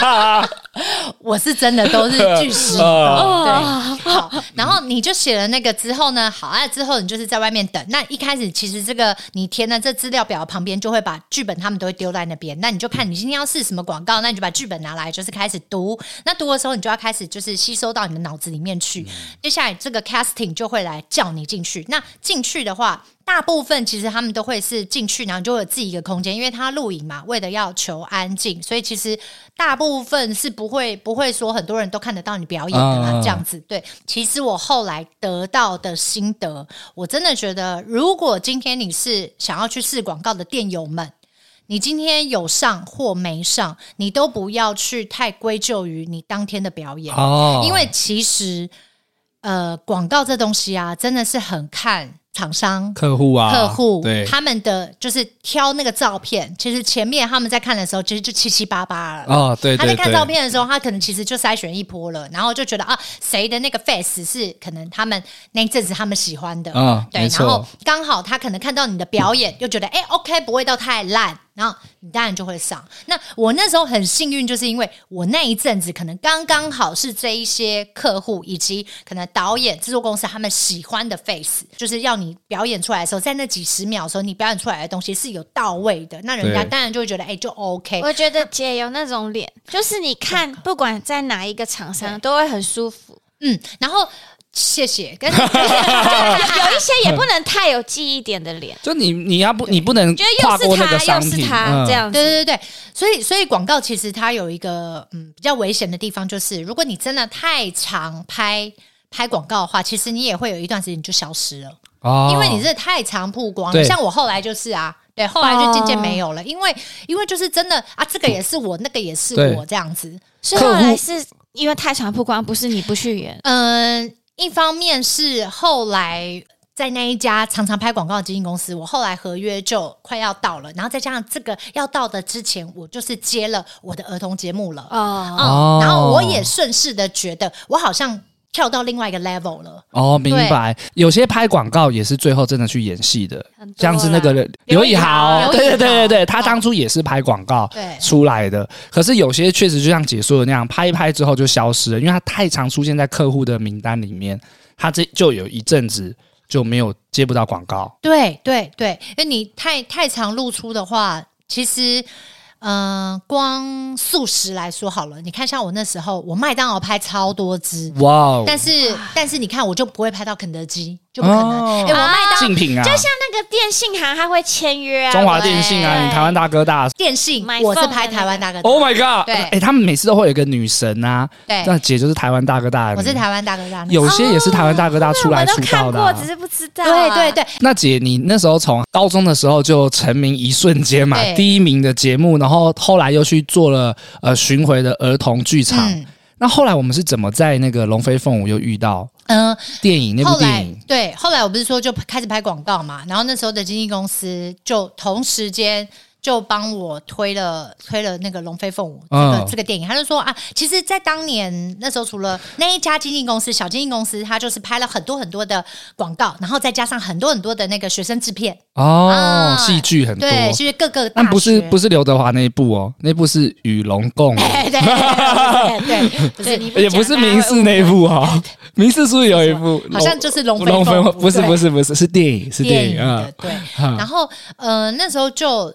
Speaker 2: 报，
Speaker 1: 我是真的
Speaker 2: [laughs]
Speaker 1: 都是巨石
Speaker 2: 啊
Speaker 3: 哦
Speaker 1: 对，好， [laughs] 然后你就写了那个之后呢，好，啊，之后你就是在外面等。那一开始其实这个你填了这资料表旁边就会把剧本他们都会丢在那边，那你就看你今天要试什么广告，那你就把剧本拿来就是开始读。那读的时候你就要开始就是吸收到你的脑子里面去。接下来这个 casting 就会来叫你进去。那进去的话。大部分其实他们都会是进去，然后就会有自己一个空间，因为他录影嘛，为了要求安静，所以其实大部分是不会不会说很多人都看得到你表演的啦，
Speaker 2: 啊
Speaker 1: 这样子。对，其实我后来得到的心得，我真的觉得，如果今天你是想要去试广告的店友们。你今天有上或没上，你都不要去太归咎于你当天的表演。[laughs]
Speaker 2: 哦
Speaker 1: 因为其实呃，广告这东西啊，真的是很看厂商。
Speaker 2: 客户啊，
Speaker 1: 客户、
Speaker 2: 对，
Speaker 1: 他们的就是挑那个照片，其实前面他们在看的时候，其实就七七八八了。
Speaker 2: 哦，对
Speaker 1: 他
Speaker 2: 对
Speaker 1: 在
Speaker 2: 对，
Speaker 1: 看照片的时候，他可能其实就筛选一波了，然后就觉得啊，谁的那个 face 是可能他们那一阵子他们喜欢的，
Speaker 2: 嗯
Speaker 1: 对，
Speaker 2: 没
Speaker 1: 然后
Speaker 2: 错
Speaker 1: 刚好他可能看到你的表演，又觉得哎、o k 不会到太烂，然后你当然就会上。那我那时候很幸运，就是因为我那一阵子可能刚刚好是这一些客户以及可能导演、制作公司他们喜欢的 face，就是要你表演出来的时候，在那几十秒的时候，你表演出来的东西是有到位的，那人家
Speaker 2: 对
Speaker 1: 当然就会觉得哎、就 OK。
Speaker 3: 我觉得姐有那种脸，就是你 [laughs] 看，不管在哪一个厂商，都会很舒服。
Speaker 2: [laughs]
Speaker 1: 嗯，然后谢谢，跟
Speaker 2: 啊
Speaker 3: 有一些也不能太有记忆点的脸，
Speaker 2: 就你你要不你不能
Speaker 3: 觉得
Speaker 2: 跨过
Speaker 3: 又
Speaker 2: 那个
Speaker 3: 是他，
Speaker 2: 商
Speaker 3: 又
Speaker 2: 品嗯
Speaker 3: 是他这，样
Speaker 1: 对
Speaker 3: 子。
Speaker 1: 对对对，所以所以广告其实它有一个嗯比较危险的地方，就是如果你真的太常拍。拍广告的话，其实你也会有一段时间你就消失了，
Speaker 2: 嗯哦
Speaker 1: 因为你真的太常曝光了。
Speaker 2: 对
Speaker 1: 像我后来就是啊，对，后来就渐渐
Speaker 3: 哦
Speaker 1: 没有了，因为因为就是真的啊，这个也是我，那个也是
Speaker 2: 对
Speaker 1: 我这样子。
Speaker 3: 所以后来是因为太长曝光，不是你不去演，
Speaker 1: 嗯，一方面是后来在那一家常常拍广告的经纪公司，我后来合约就快要到了，然后再加上这个要到的之前，我就是接了我的儿童节目了，
Speaker 3: 哦，
Speaker 2: 哦
Speaker 1: 嗯，然后我也顺势的觉得我好像跳到另外一个 level 了。
Speaker 2: 哦明白，有些拍广告也是最后真的去演戏的。
Speaker 3: 很多啦
Speaker 2: 像是那个
Speaker 3: 刘
Speaker 2: 刘
Speaker 3: 以
Speaker 2: 以
Speaker 3: 豪
Speaker 2: 豪，
Speaker 1: 刘以豪
Speaker 2: 对对对对对，他
Speaker 1: 哦
Speaker 2: 当初也是拍广告
Speaker 1: 对
Speaker 2: 出来的。可是有些确实就像姐说的那样，拍一拍之后就消失了，因为他太常出现在客户的名单里面，他这就有一阵子就没有接不到广告。
Speaker 1: 对对对，因为你太太常露出的话，其实。嗯、光素食来说好了，你看像我那时候，我麦当劳拍超多支，
Speaker 2: 哇哦！
Speaker 1: 但是但是你看我就不会拍到肯德基，就不可能。
Speaker 2: 哦
Speaker 1: 哎我麦当
Speaker 2: 竞品啊，
Speaker 3: 就像那个电信行，他会签约啊，
Speaker 2: 中华电信啊，
Speaker 3: 对
Speaker 2: 你台湾大哥大。
Speaker 1: 电信
Speaker 3: 买，
Speaker 1: 我是
Speaker 3: 凤
Speaker 1: 拍
Speaker 3: 的
Speaker 1: 台
Speaker 3: 那
Speaker 1: 湾
Speaker 3: 个
Speaker 1: 大哥大。
Speaker 2: Oh my god！
Speaker 1: 对
Speaker 2: 哎、他们每次都会有一个女神啊，
Speaker 1: 对
Speaker 2: 那姐就是台湾大哥大的女，
Speaker 1: 我是台湾大哥大。哦
Speaker 2: 有些也是台湾大哥大出
Speaker 3: 我
Speaker 2: 来
Speaker 3: 们都
Speaker 2: 出道
Speaker 3: 看
Speaker 2: 的
Speaker 3: 过，
Speaker 2: 啊、
Speaker 3: 只是不知道。
Speaker 1: 对对，对，
Speaker 2: 那姐，你那时候从高中的时候就成名一瞬间嘛
Speaker 1: 对，
Speaker 2: 第一名的节目，然后后来又去做了呃巡回的儿童剧场。
Speaker 1: 嗯
Speaker 2: 那后来我们是怎么在那个龙飞凤舞又遇到
Speaker 1: 嗯，
Speaker 2: 电影那
Speaker 1: 后
Speaker 2: 部电
Speaker 1: 来
Speaker 2: 影？
Speaker 1: 对，后来我不是说就开始拍广告嘛，然后那时候的经纪公司就同时间就帮我推了推了那个《龙飞凤舞》这个、
Speaker 2: 嗯
Speaker 1: 这个电影，他就说啊，其实，在当年那时候，除了那一家经纪公司小经纪公司，他就是拍了很多很多的广告，然后再加上很多很多的那个学生制片，
Speaker 2: 哦
Speaker 1: 啊，
Speaker 2: 戏剧很多，
Speaker 1: 对，就是各个大
Speaker 2: 但
Speaker 1: 学
Speaker 2: 不是不是刘德华那一部哦，那部是与龙共舞，
Speaker 1: [laughs] 对对对对，不
Speaker 3: 对，
Speaker 1: 是
Speaker 3: 你
Speaker 2: 也不是明示那一部哈，明示是不是有一部？
Speaker 1: [laughs] 好像就是龙飞
Speaker 2: 龙
Speaker 1: 凤舞
Speaker 2: 不是
Speaker 1: 对
Speaker 2: 不是不是是电影是
Speaker 1: 电
Speaker 2: 电
Speaker 1: 影
Speaker 2: 影啊
Speaker 1: 的，，对。
Speaker 2: 嗯
Speaker 1: 然后呃，那时候就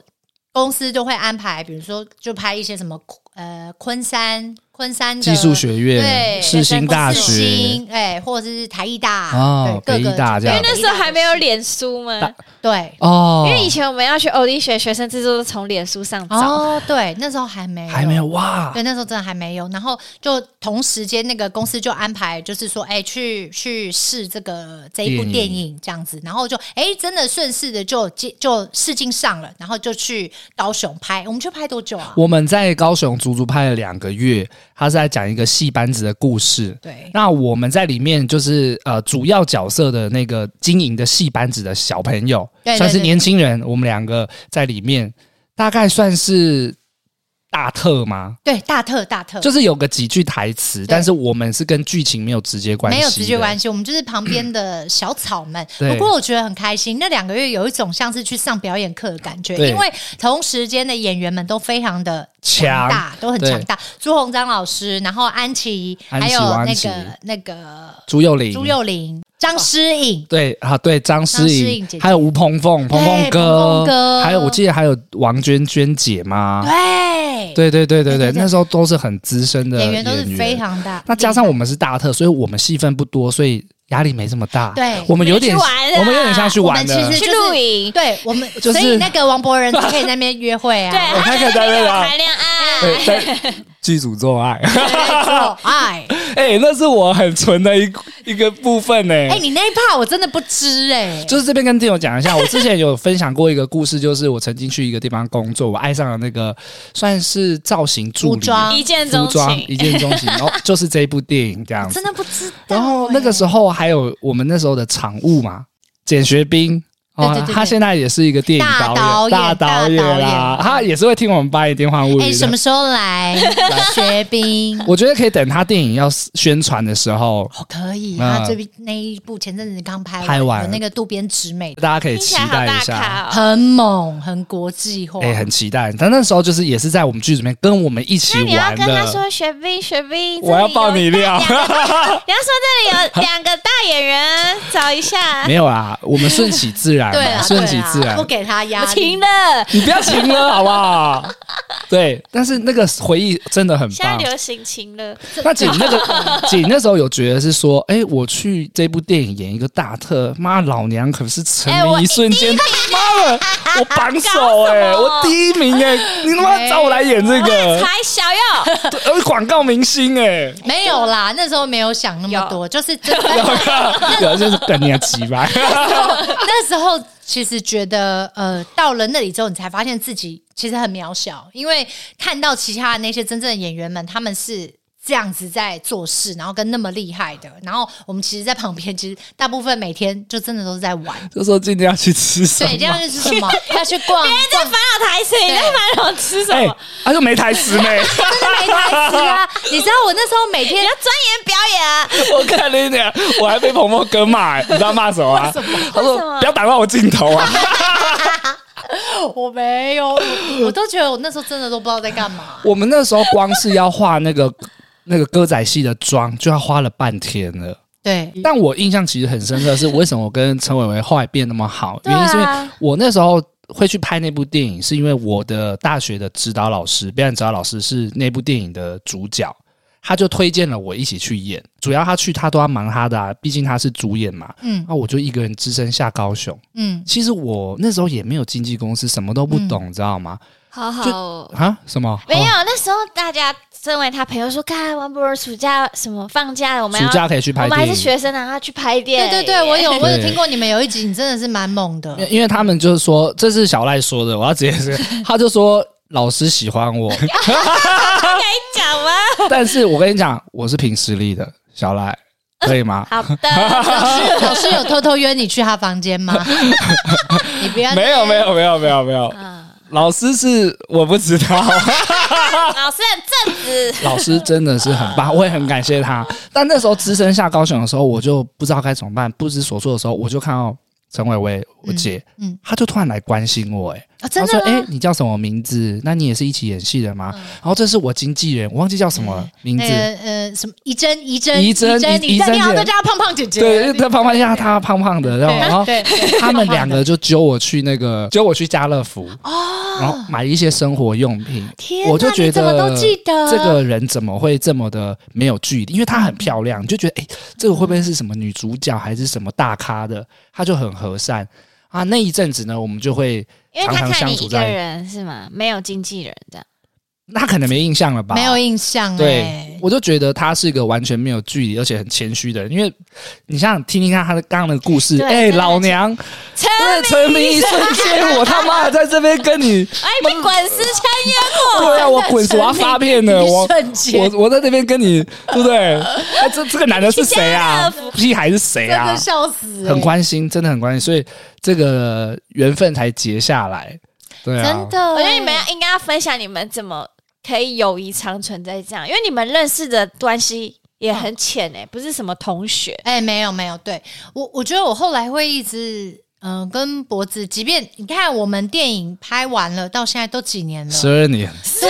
Speaker 1: 公司就会安排，比如说就拍一些什么呃昆山昆山的
Speaker 2: 技术学院、
Speaker 1: 对
Speaker 2: 世新大
Speaker 1: 世
Speaker 2: 学
Speaker 1: 新哎，或者是台艺大
Speaker 2: 哦
Speaker 1: 对各
Speaker 2: 北
Speaker 1: 个
Speaker 2: 艺大这
Speaker 3: 因
Speaker 2: 样
Speaker 3: 为那时候还没有脸书嘛，
Speaker 1: 对。
Speaker 2: 哦
Speaker 3: 因，为以前我们要去 audition，学生制作都从脸书上找。
Speaker 1: 哦，对，那时候还没
Speaker 2: 还没有哇，
Speaker 1: 对，那时候真的还没有。然后就同时间，那个公司就安排，就是说，哎、去去试这个这一部
Speaker 2: 电
Speaker 1: 电
Speaker 2: 影
Speaker 1: 影这样子。然后就哎、真的顺势的就接就试镜上了，然后就去高雄拍。我们去拍多久啊？
Speaker 2: 我们在高雄足足拍了两个月，他是在讲一个戏班子的故事。
Speaker 1: 对，
Speaker 2: 那我们在里面就是呃，主要角色的那个经营的戏班子的小朋友，
Speaker 1: 对对
Speaker 2: 算是
Speaker 1: 对
Speaker 2: 年轻人。我们两个在里面，大概算是大特吗？
Speaker 1: 对，大特大特，
Speaker 2: 就是有个几句台词，但是我们是跟剧情没有直接关系，
Speaker 1: 没有直接关
Speaker 2: 系。
Speaker 1: 系，我们就是旁边的小草们。
Speaker 2: 对
Speaker 1: 不过我觉得很开心，那两个月有一种像是去上表演课的感觉，
Speaker 2: 对
Speaker 1: 因为同时间的演员们都非常的
Speaker 2: 强
Speaker 1: 强大，都很
Speaker 2: 对
Speaker 1: 强大。朱鸿章老师，然后安琪，
Speaker 2: 安
Speaker 1: 还
Speaker 2: 琪
Speaker 1: 有
Speaker 2: 王
Speaker 1: 那
Speaker 2: 安琪
Speaker 1: 个那个
Speaker 2: 朱佑麟，
Speaker 1: 朱幼玲、张诗颖。
Speaker 2: 对啊，对张诗
Speaker 1: 张诗
Speaker 2: 颖
Speaker 1: 颖姐，姐
Speaker 2: 还有吴鹏凤，鹏凤
Speaker 1: 鹏
Speaker 2: 哥，
Speaker 1: 凤哥
Speaker 2: 还有我记得还有王娟娟姐吗？
Speaker 1: 对，对
Speaker 2: 对对对对对，
Speaker 1: 对对
Speaker 2: 那时候都是很资深的
Speaker 1: 演员都是非。常大。
Speaker 2: 那加上我们是大特，所以我们戏份不多，所以压力没这么大。
Speaker 1: 对
Speaker 2: 我们有点，
Speaker 3: 我们去玩啦
Speaker 2: 我们有点像去玩
Speaker 1: 啊我们
Speaker 2: 的
Speaker 1: 其。实
Speaker 3: 去
Speaker 1: 就是
Speaker 3: 露营，
Speaker 1: 对我们，
Speaker 2: 就是
Speaker 1: 所以那个王博仁才可以在那边约会
Speaker 2: [laughs]
Speaker 1: 啊，
Speaker 3: 对，
Speaker 2: 我
Speaker 3: 他
Speaker 2: 看
Speaker 3: 在
Speaker 2: 看大家
Speaker 3: 那边有
Speaker 2: 啊
Speaker 3: 谈恋爱，
Speaker 2: 对，在剧组做爱，
Speaker 1: 没错哎，
Speaker 2: [laughs] 哎，那是我很纯的一一个部分呢。
Speaker 1: 哎，你那一趴我真的不知哎，
Speaker 2: 就是这边跟队友讲一下，我之前有分享过一个故事，就是我曾经去一个地方工作，我爱上了那个算是造型助
Speaker 1: 服
Speaker 2: 理，
Speaker 1: 装
Speaker 3: 一见
Speaker 2: 服
Speaker 3: 钟
Speaker 2: 装
Speaker 3: 情。
Speaker 2: 一见钟情，然后就是这一部电影这样子
Speaker 1: 真。的不知道欸。
Speaker 2: 然后那个时候还有我们那时候的场务嘛，简学兵。哦
Speaker 1: 对对，对对
Speaker 2: 他现在也是一个电影导演，
Speaker 1: 大
Speaker 2: 导
Speaker 1: 导演大导，
Speaker 2: 啦
Speaker 1: 演
Speaker 2: 他也是会听我们八一电话物
Speaker 1: 哎、
Speaker 2: 语
Speaker 1: 什
Speaker 2: 的
Speaker 1: 么。时候来学兵？
Speaker 2: 我觉得可以等他电影要宣传的时候，
Speaker 1: 哦，可以。
Speaker 2: 嗯
Speaker 1: 他最近那一部前阵子刚拍完，
Speaker 2: 拍完
Speaker 1: 有那个渡边直美，
Speaker 2: 大家可以
Speaker 3: 听
Speaker 2: 期
Speaker 3: 起来好
Speaker 2: 待一
Speaker 3: 大
Speaker 2: 下。
Speaker 3: 咖哦！
Speaker 1: 很猛，很国际化。
Speaker 2: 哎，很期待。但那时候就是也是在我们剧里面跟我们一起
Speaker 3: 那你要
Speaker 2: 玩
Speaker 3: 跟他
Speaker 2: 的。
Speaker 3: 说学兵学兵，
Speaker 2: 我要爆你料
Speaker 3: 这里有大两个你要说这里有两个大演员，找一下
Speaker 1: [laughs]
Speaker 2: 没。有啦，我们顺其自然
Speaker 1: 对
Speaker 2: 嘛，
Speaker 1: 啦，
Speaker 2: 顺
Speaker 1: 对啊
Speaker 2: 其
Speaker 1: 啦
Speaker 2: 自然
Speaker 1: 不。给他压
Speaker 3: 我
Speaker 1: 力
Speaker 3: 停。了，
Speaker 2: 你不要停了，好不好？对，但是那个回忆真的很
Speaker 3: 现在
Speaker 2: 棒。
Speaker 3: 流行情了，
Speaker 2: 那姐
Speaker 1: [laughs]
Speaker 2: 那个姐那时候有觉得是说，哎、我去这部电影演一个大特，妈老娘可是沉
Speaker 3: 哎
Speaker 2: 迷
Speaker 3: 我
Speaker 2: 一瞬
Speaker 1: [laughs]
Speaker 2: 间，妈的，我榜首
Speaker 3: 搞什
Speaker 2: 哎、
Speaker 3: 么
Speaker 2: 我第一名哎、你他妈找我来演这个，
Speaker 3: 才小哟，
Speaker 2: 对而广告明
Speaker 1: [laughs]
Speaker 2: 星哎、
Speaker 1: 没有啦，那时候没有想那么多，就是真的
Speaker 2: [laughs] 然后啊就是等你的急吧，
Speaker 1: [laughs] 那时候其实觉得，呃，到了那里之后，你才发现自己其实很渺小，因为看到其他的那些真正的演员们，他们是。这样子在做事，然后跟那么厉害的，然后我们其实，在旁边，其实大部分每天就真的都是在玩，
Speaker 2: [laughs] 就说今天要去吃
Speaker 1: [laughs]
Speaker 2: 什
Speaker 1: 对
Speaker 2: 么，，
Speaker 1: 这样就是什么？ [laughs] 要去逛，
Speaker 3: 这烦恼台词，你在烦恼吃什
Speaker 2: 哎
Speaker 3: 么？，
Speaker 2: 他就没台词没，
Speaker 1: 真的没 [laughs] 台词啊！你知道我那时候每天
Speaker 3: 你要钻研表演啊！
Speaker 2: [laughs] 我看了一点，我还被鹏鹏哥
Speaker 3: [laughs]
Speaker 2: 骂、哎你知道骂什么吗？他说
Speaker 3: 为什么
Speaker 2: 不要挡到我镜头
Speaker 3: [laughs]
Speaker 2: 啊。
Speaker 1: 我没有，我都觉得我那时候真的都不知道在干嘛。
Speaker 2: 我们那时候光是要化那个那个歌仔戏的妆，就要花了半天了。
Speaker 1: 对，
Speaker 2: 但我印象其实很深刻的是，为什么我跟陈伟伟后来变那么好？
Speaker 3: 对
Speaker 2: 原
Speaker 3: 啊
Speaker 2: 因是因为我那时候会去拍那部电影，是因为我的大学的指导老师，表演指导老师是那部电影的主角。他就推荐了我一起去演，主要他去他都要忙他的、啊，毕竟他是主演嘛。
Speaker 1: 嗯
Speaker 2: 那、我就一个人只身下高雄。
Speaker 1: 嗯，
Speaker 2: 其实我那时候也没有经纪公司，什么都不懂，你知道吗？
Speaker 3: 好好
Speaker 2: 就
Speaker 3: 哦，
Speaker 2: 啊，什么？
Speaker 3: 嗯没有
Speaker 2: 哦，
Speaker 3: 那时候大家身为他朋友说，看王博文暑假什么放假了，我们要
Speaker 2: 暑假可以去拍
Speaker 3: 我们
Speaker 2: 电
Speaker 3: 还
Speaker 2: 影。
Speaker 3: 是学生啊，他去拍电
Speaker 1: 对
Speaker 3: 影。
Speaker 1: 对对，我有我有
Speaker 2: 对
Speaker 1: 听过你们有一集，你真的是蛮猛的
Speaker 2: 因。为因为他们就是说，这是小赖说的，我要直接是，他就说老师喜欢
Speaker 3: [laughs]
Speaker 2: 我，
Speaker 3: 可以讲吗？
Speaker 2: 但是我跟你讲，我是凭实力的，小赖
Speaker 3: 呃
Speaker 2: 可以吗？
Speaker 3: 好 [laughs] 的，
Speaker 2: 哦
Speaker 1: 老师
Speaker 2: [laughs]
Speaker 1: 有偷偷约你去他房间吗？你不要
Speaker 2: 没有没有没有没有没有，
Speaker 3: 嗯，
Speaker 2: 老师是我不知道，
Speaker 3: 老师很正直，
Speaker 2: [laughs] 老师真的是很棒，我也很感谢他。但那时候直升下高雄的时候，我就不知道该怎么办，不知所措的时候，我就看到陈伟伟我姐，
Speaker 1: 嗯嗯
Speaker 2: 她就突然来关心我、哎。
Speaker 1: 啊，真
Speaker 2: 他说
Speaker 1: 的：“
Speaker 2: 哎、
Speaker 1: 吗？嗯
Speaker 2: 你叫什么名字？那你也是一起演戏的吗？然后这是我经纪人，我忘记叫什么了名字。
Speaker 1: 呃呃，什么怡珍、怡珍、
Speaker 2: 怡珍
Speaker 1: 珍，
Speaker 2: 怡
Speaker 1: 你在
Speaker 2: 怡珍
Speaker 1: 你好像
Speaker 2: 姐
Speaker 1: 都叫她胖胖姐姐，
Speaker 2: 对，他胖胖下，他胖胖的，然后
Speaker 1: 对
Speaker 2: 然后
Speaker 1: 对对
Speaker 2: 他们两个就揪我去那
Speaker 1: [laughs]
Speaker 2: 个，揪我去家乐福，
Speaker 1: 哦
Speaker 2: 然后买一些生活用品。
Speaker 1: 天哪
Speaker 2: 我就觉
Speaker 1: 你怎
Speaker 2: 得
Speaker 1: 么都记得
Speaker 2: 这个人怎么会这么的没有距离？因为她很漂亮，你就觉得哎、诶这个会不会是什么女主角还是什么大咖的？她就很和善啊。那一阵子呢，我们就会
Speaker 3: 因为
Speaker 2: 常
Speaker 3: 他
Speaker 2: 常
Speaker 3: 看
Speaker 2: 相
Speaker 3: 你
Speaker 2: 处
Speaker 3: 一个
Speaker 2: 在，
Speaker 3: 人是吗？没有经纪人这样，
Speaker 2: 那可能没印象了吧？
Speaker 1: 没有印象
Speaker 2: 对
Speaker 1: 哎，。
Speaker 2: 我就觉得他是一个完全没有距离，而且很谦虚的人。因为你想想听听看他的刚刚的故事，
Speaker 3: 对
Speaker 2: 哎、
Speaker 3: 真的
Speaker 2: 老娘，
Speaker 3: 沉
Speaker 2: 对，沉迷一瞬间，我他妈的在这边跟你，
Speaker 3: 哎， [laughs] 你滚石圈
Speaker 2: 对啊，我滚我要发片了，我
Speaker 1: 一瞬间
Speaker 2: 我我在那边跟你，对不对？哎，这这个男的是谁啊？屁孩是谁
Speaker 1: 真的
Speaker 2: 啊？
Speaker 1: 笑死、欸，
Speaker 2: 很关心，真的很关心，所以这个缘分才结下来。对啊，
Speaker 1: 真的。
Speaker 3: 我觉得你们要应该要分享你们怎么可以友谊长存在这样，因为你们认识的关系也很浅哎、不是什么同学。
Speaker 1: 哎、没有没有，对我我觉得我后来会一直嗯、呃跟脖子，即便你看我们电影拍完了，到现在都几年了，
Speaker 2: 十二年，
Speaker 1: 对，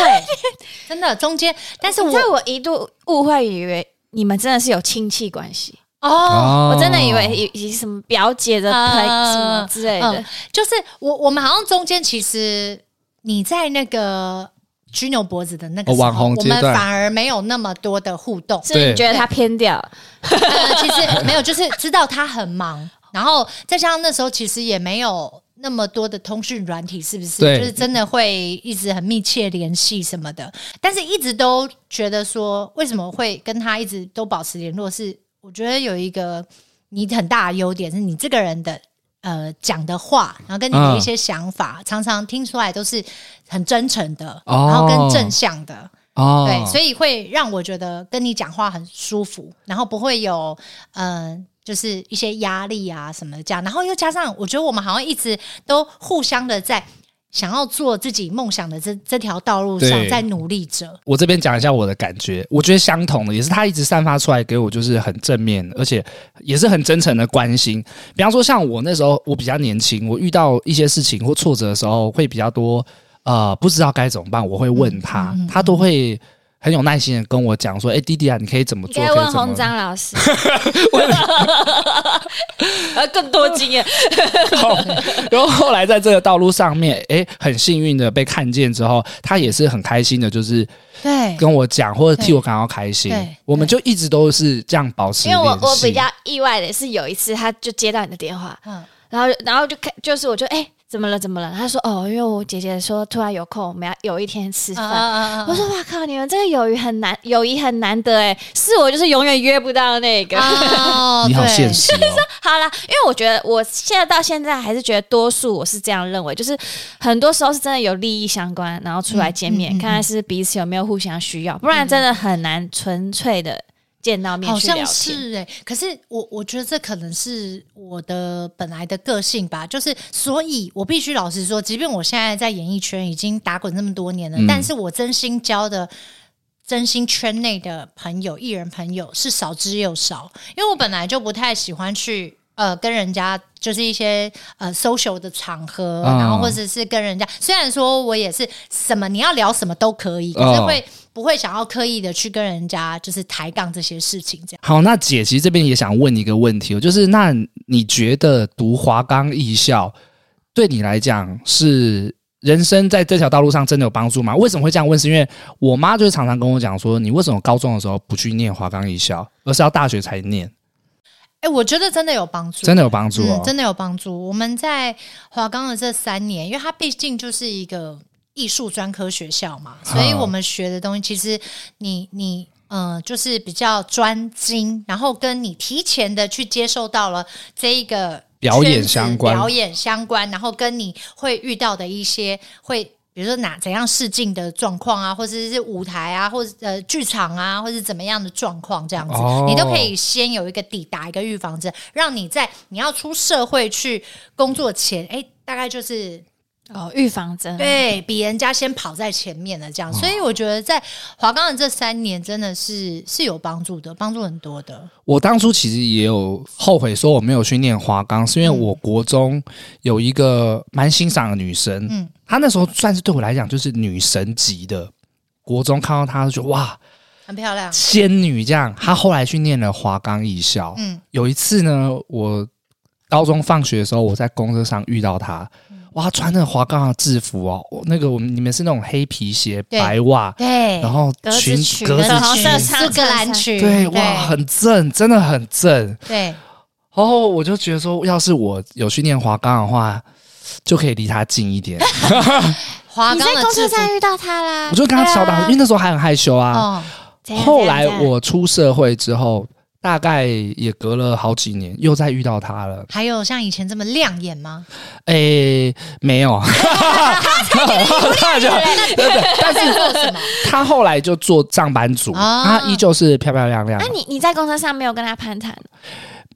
Speaker 1: 真的中间，但是
Speaker 3: 你
Speaker 1: 我
Speaker 3: 知道我一度误会以为你们真的是有亲戚关系，
Speaker 1: 哦。
Speaker 2: 哦
Speaker 3: 我真的以为以以什么表姐的朋友
Speaker 1: 啊
Speaker 3: 什么之类的。
Speaker 1: 嗯就是我我们好像中间其实你在那个。居牛脖子的那个
Speaker 2: 哦
Speaker 1: 时候，
Speaker 2: 网红
Speaker 1: 我
Speaker 2: 阶
Speaker 1: 们
Speaker 2: 段
Speaker 1: 反而没有那么多的互动。
Speaker 3: 所以你觉得他偏掉了？
Speaker 1: 呃，其实没有，就是知道他很忙，然后再加上那时候其实也没有那么多的通讯软体，是不是？
Speaker 2: 对
Speaker 1: 就是真的会一直很密切联系什么的，但是一直都觉得说，为什么会跟他一直都保持联络是？我觉得有一个你很大的优点是你这个人的。呃，讲的话，然后跟你
Speaker 2: 嗯
Speaker 1: 的一些想法，常常听出来都是很真诚的，
Speaker 2: 哦
Speaker 1: 然后跟正向的，
Speaker 2: 哦，
Speaker 1: 对，所以会让我觉得跟你讲话很舒服，然后不会有嗯、呃就是一些压力啊什么的这样，然后又加上我觉得我们好像一直都互相的在想要做自己梦想的这这条道路上
Speaker 2: 对
Speaker 1: 在努力着。
Speaker 2: 我这边讲一下我的感觉，我觉得相同的也是他一直散发出来给我就是很正面，而且也是很真诚的关心。比方说像我那时候我比较年轻，我遇到一些事情或挫折的时候会比较多，呃，不知道该怎么办，我会问他，
Speaker 3: 嗯
Speaker 2: 他都会很有耐心的跟我讲说，哎、弟弟啊，你可以怎么
Speaker 3: 你
Speaker 2: 做？
Speaker 3: 可
Speaker 2: 可
Speaker 3: 以
Speaker 2: 以
Speaker 3: 问
Speaker 2: 怎么
Speaker 3: 红章老师，呃，更多经 [laughs] 验。
Speaker 2: 后， [laughs] 然后后来在这个道路上面，诶，很幸运的被看见之后，他也是很开心的，就是
Speaker 1: 对，
Speaker 2: 跟我讲，或者替
Speaker 1: 对
Speaker 2: 我感到开心
Speaker 1: 对。
Speaker 2: 我们就一直都是这样保持
Speaker 3: 因为
Speaker 2: 联系。
Speaker 3: 我我比较意外的是，有一次他就接到你的电话，
Speaker 1: 嗯
Speaker 3: 然后然后就看就是我就哎、怎么了怎么了？他说哦，因为我姐姐说突然有空，我们要有一天吃
Speaker 1: 啊
Speaker 3: 饭。
Speaker 1: 啊啊
Speaker 3: 我说哇靠，你们这个友谊很难，友谊很难得哎，是我就是永远约不到那个。
Speaker 1: 啊！哦
Speaker 2: 你好
Speaker 1: 对
Speaker 2: 现实、哦，
Speaker 1: [laughs]
Speaker 3: 好啦，因为我觉得我现在到现在还是觉得多数我是这样认为，就是很多时候是真的有利益相关，然后出来见面，
Speaker 1: 嗯嗯嗯
Speaker 3: 看看是彼此有没有互相需要，不然真的很难纯粹的见到面
Speaker 1: 好
Speaker 3: 去聊
Speaker 1: 像
Speaker 3: 天。
Speaker 1: 是哎、可是我我觉得这可能是我的本来的个性吧，就是所以，我必须老实说，即便我现在在演艺圈已经打滚这么多年了，
Speaker 2: 嗯
Speaker 1: 但是我真心交的。真心圈内的朋友，艺人朋友是少之又少，因为我本来就不太喜欢去呃跟人家就是一些呃 social 的场合，
Speaker 2: 啊
Speaker 1: 然后或者是跟人家，虽然说我也是什么你要聊什么都可以，可是
Speaker 2: 哦
Speaker 1: 会不会想要刻意的去跟人家就是抬杠这些事情这样。
Speaker 2: 好，那姐其实这边也想问你一个问题哦，就是那你觉得读华冈艺校对你来讲是人生在这条道路上真的有帮助吗？为什么会这样问？是因为我妈就是常常跟我讲说，你为什么高中的时候不去念华冈艺校，而是要大学才念？
Speaker 1: 哎、我觉得真的有帮助，
Speaker 2: 真的有帮助哦
Speaker 1: 嗯，，真的有帮助。我们在华冈的这三年，因为它毕竟就是一个艺术专科学校嘛，所以
Speaker 2: 啊
Speaker 1: 我们学的东西，其实你你呃，就是比较专精，然后跟你提前的去接受到了这一个
Speaker 2: 表演
Speaker 1: 圈子
Speaker 2: 相关
Speaker 1: 表演相关，然后跟你会遇到的一些会。比如说哪怎样试镜的状况啊，或者是舞台啊，或者呃剧场啊，或者怎么样的状况这样子，
Speaker 2: 哦
Speaker 1: 你都可以先有一个底，打一个预防针，让你在你要出社会去工作前，哎、大概就是
Speaker 3: 哦，预防针，
Speaker 1: 对比人家先跑在前面的这
Speaker 2: 哦
Speaker 1: 样，所以我觉得在华冈的这三年真的是是有帮助的，帮助很多的。
Speaker 2: 我当初其实也有后悔，说我没有去念华冈，是因为我国中有一个蛮欣赏的女生，嗯，她那时候算是对我来讲就是女神级的。国中看到她就觉得哇，
Speaker 1: 很漂亮，
Speaker 2: 仙女这样。她后来去念了华冈艺校，
Speaker 1: 嗯，
Speaker 2: 有一次呢，我高中放学的时候，我在公车上遇到她，哇，她穿着华冈的制服哦，我那个我们你们是那种黑皮鞋、
Speaker 1: 对
Speaker 2: 白袜，
Speaker 1: 对
Speaker 2: 然后
Speaker 3: 格子
Speaker 2: 裙
Speaker 3: 裙
Speaker 2: 格
Speaker 3: 那
Speaker 2: 子
Speaker 3: 种红色
Speaker 1: 苏格兰裙，
Speaker 2: 对，哇，很正，真的很正。
Speaker 1: 对，
Speaker 2: 然后我就觉得说，要是我有去念华冈的话，就可以离他近一
Speaker 3: [laughs]
Speaker 2: 点。
Speaker 1: 华
Speaker 3: 你
Speaker 1: 冈
Speaker 3: 在
Speaker 1: 的
Speaker 3: 公
Speaker 1: 制
Speaker 3: 车
Speaker 1: 服，
Speaker 3: 站遇到他啦，
Speaker 2: 我就跟他敲打，因为
Speaker 3: 对啊
Speaker 2: 那时候还很害羞啊。
Speaker 1: 哦，
Speaker 3: 怎样
Speaker 2: 后来
Speaker 3: 怎样怎样
Speaker 2: 我出社会之后，大概也隔了好几年，又再遇到他了。
Speaker 1: 还有像以前这么亮眼吗？
Speaker 2: 诶，没
Speaker 3: [laughs]
Speaker 2: 有，他觉得对对但是
Speaker 1: 做什么？
Speaker 2: 他后来就做上班族，
Speaker 1: 哦
Speaker 2: 他依旧是漂漂亮亮的。
Speaker 3: 那啊哎你你在公车上没有跟他攀谈？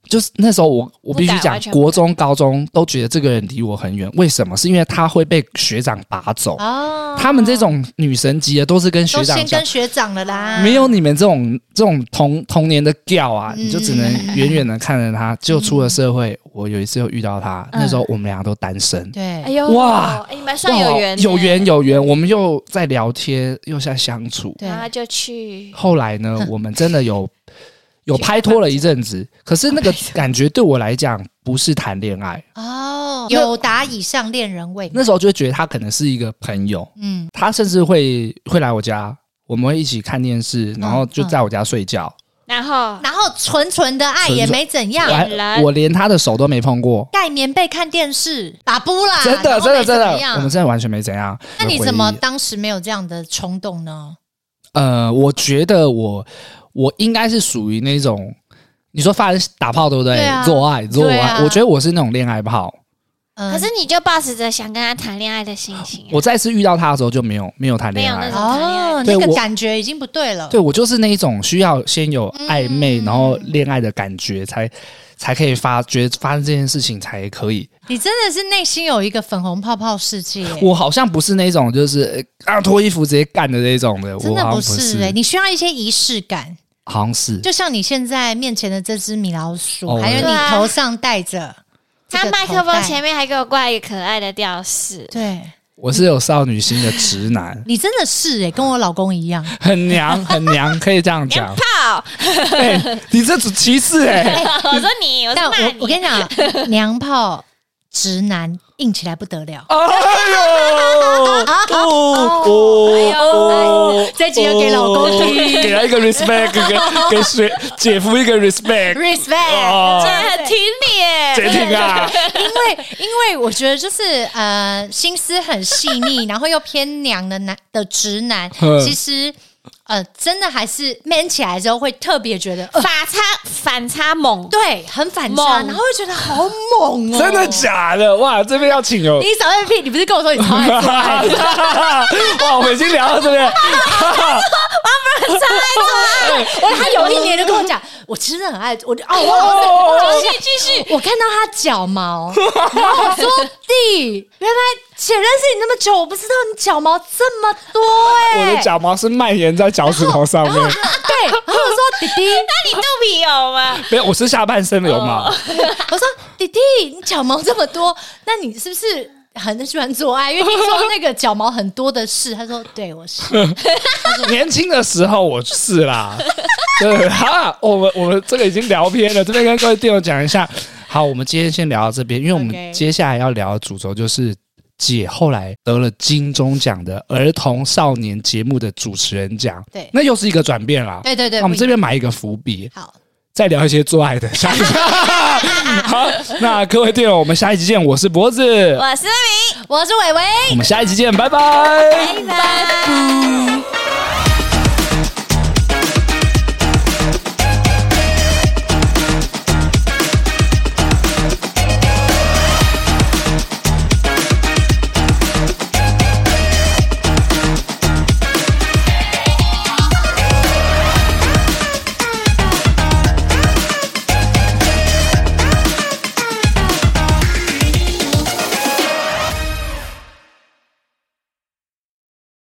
Speaker 2: 就是那时候我我必须
Speaker 3: 不敢
Speaker 2: 讲
Speaker 3: 完，全不
Speaker 2: 国中、高中都觉得这个人离我很远，为什么？是因为他会被学长拔走。
Speaker 1: [laughs] 哦，
Speaker 2: 他们这种女神级的都是跟学
Speaker 1: 都
Speaker 2: 长
Speaker 1: 先
Speaker 2: 讲
Speaker 1: 跟，学长了啦，
Speaker 2: 没有你们这种这种童童年的调啊，
Speaker 1: 嗯
Speaker 2: 你就只能远远的看着他。就出了社会，我有一次又遇到他，那时候我们俩都单身。
Speaker 1: 对，
Speaker 3: 哎呦
Speaker 2: 哇
Speaker 3: 哎你们嗯算
Speaker 2: 哇
Speaker 3: 有缘，
Speaker 2: 有缘，有缘，我们又在聊天，又在相处。
Speaker 1: 对
Speaker 3: 然后就去
Speaker 2: 后来
Speaker 3: [laughs]
Speaker 2: 呢，我们真的有有拍拖了一阵子，可是那个感觉对我来讲不是谈恋爱，
Speaker 1: 哦，有达以上恋人味，
Speaker 2: 那时候就觉得他可能是一个朋友，
Speaker 1: 嗯，
Speaker 2: 他甚至会会来我家，我们会一起看电视，然后
Speaker 3: 嗯
Speaker 2: 就在我家睡觉。
Speaker 3: 然后
Speaker 1: 然后纯纯的爱也没怎
Speaker 2: 我
Speaker 1: 样。
Speaker 3: 纯
Speaker 2: 还我连他的手都没碰过，
Speaker 1: 盖棉被看电视，打不啦，
Speaker 2: 真的
Speaker 1: 然后
Speaker 2: 真的
Speaker 1: 没怎
Speaker 2: 真的
Speaker 1: 么样，
Speaker 2: 我们真的完全没怎样。
Speaker 1: 那你
Speaker 2: 有回
Speaker 1: 怎么
Speaker 2: 忆
Speaker 1: 当时没有这样的冲动呢？
Speaker 2: 呃，我觉得我我应该是属于那种，你说发打炮对不对？
Speaker 1: 对啊
Speaker 2: 做爱做
Speaker 1: 对
Speaker 2: 爱，
Speaker 1: 啊
Speaker 2: 我觉得我是那种恋爱炮。
Speaker 1: 嗯
Speaker 3: 可是你就抱持着想跟他谈恋爱的心情啊，
Speaker 2: 我再次遇到他的时候就没有没有谈恋
Speaker 3: 没有那
Speaker 2: 爱
Speaker 3: 种，
Speaker 1: 哦，
Speaker 2: 对
Speaker 1: 那个
Speaker 2: 我
Speaker 1: 感觉已经不对了。
Speaker 2: 对我就是那一种需要先有暧
Speaker 1: 嗯
Speaker 2: 昧，然后恋爱的感觉才才可以发觉发生这件事情才可以。
Speaker 1: 你真的是内心有一个粉红泡泡世界，
Speaker 2: 我好像不是那种就是呃啊脱衣服直接干的那种的，
Speaker 1: 真
Speaker 2: 我
Speaker 1: 的
Speaker 2: 好
Speaker 1: 不
Speaker 2: 像不
Speaker 1: 是哎、你需要一些仪式感，
Speaker 2: 好像是
Speaker 1: 就像你现在面前的这只米老鼠，
Speaker 2: 哦
Speaker 1: 还有
Speaker 3: 对
Speaker 1: 你
Speaker 3: 啊
Speaker 1: 头上戴着这
Speaker 3: 他
Speaker 1: 个
Speaker 3: 麦克
Speaker 1: 头
Speaker 3: 风
Speaker 1: 带
Speaker 3: 前面还给我挂一个可爱的吊饰，
Speaker 1: 对
Speaker 2: 我是有少女心的直男。
Speaker 1: 你真的是哎、跟我老公一样。
Speaker 2: 很 [laughs] 娘，很娘，可以这样讲。
Speaker 3: 炮！
Speaker 2: [laughs] 哎、你这只歧视哎、 [laughs]
Speaker 3: 我说你，我
Speaker 1: 但
Speaker 3: 说骂
Speaker 1: 我我跟
Speaker 3: 你，
Speaker 1: 你讲，娘炮直男硬起来不得了。
Speaker 3: 哦
Speaker 2: 哎呦，哦
Speaker 3: 哎
Speaker 2: 哦哦！
Speaker 1: 这集要给老公听
Speaker 2: 哦给他一个 respect，给给学姐夫一个 respect。
Speaker 1: respect，
Speaker 3: 我
Speaker 2: [laughs] 哦
Speaker 3: 真，的很挺你耶，
Speaker 2: 谁听 [laughs] 啊？
Speaker 1: 因为因为我觉得就是呃，心思很细腻，然后又偏娘的男的直男，
Speaker 2: [laughs] 嗯
Speaker 1: 其实呃，真的还是 man 起来之后会特别觉得，呃、
Speaker 3: 反差反差猛，
Speaker 1: 对，很反差，
Speaker 3: 猛
Speaker 1: 然后会觉得好猛哦，
Speaker 2: 真的假的？哇，这边要请有 [laughs]
Speaker 1: 你。少在屁，你不是跟我说你超爱做爱的
Speaker 2: 哇，我们已经聊到这边，
Speaker 1: [laughs] 我他有一年就跟我讲，我其实很爱，我就哦，
Speaker 2: 哦
Speaker 1: 我我
Speaker 3: 继续继续，
Speaker 1: 我看到他脚 [laughs] 毛，然后我说弟，原来姐认识你那么久，我不知道你脚毛这么多
Speaker 2: 我
Speaker 1: 哎、
Speaker 2: 的脚毛是蔓延在脚趾头上 [laughs] 面，
Speaker 1: 啊对，然后我说弟弟，
Speaker 3: 那你肚皮有吗？
Speaker 2: 没有，我是下半身有毛，
Speaker 1: [laughs] 我说弟弟，你脚毛这么多，那你是不是很喜欢做爱？因为听说那个脚毛很多的是，他说对我是，
Speaker 2: [laughs] 年轻的时候我是啦， [laughs] 对哈，我们我们这个已经聊偏了，这边跟各位队友讲一下。好，我们今天先聊到这边，因为我们
Speaker 1: OK
Speaker 2: 接下来要聊的主轴就是姐后来得了金钟奖的儿童少年节目的主持人奖，
Speaker 1: 对
Speaker 2: 那又是一个转变啦。
Speaker 1: 对对对，
Speaker 2: 那我们
Speaker 1: 不
Speaker 2: 这
Speaker 1: 一
Speaker 2: 边埋一个伏笔，
Speaker 1: 好，
Speaker 2: 再聊一些做爱的。下一集 [laughs] 好，那各位队友，我们下一集见。我是脖子，
Speaker 3: 我是明，
Speaker 1: 我是伟伟。
Speaker 2: 我们下一集见，拜拜。
Speaker 3: 拜拜。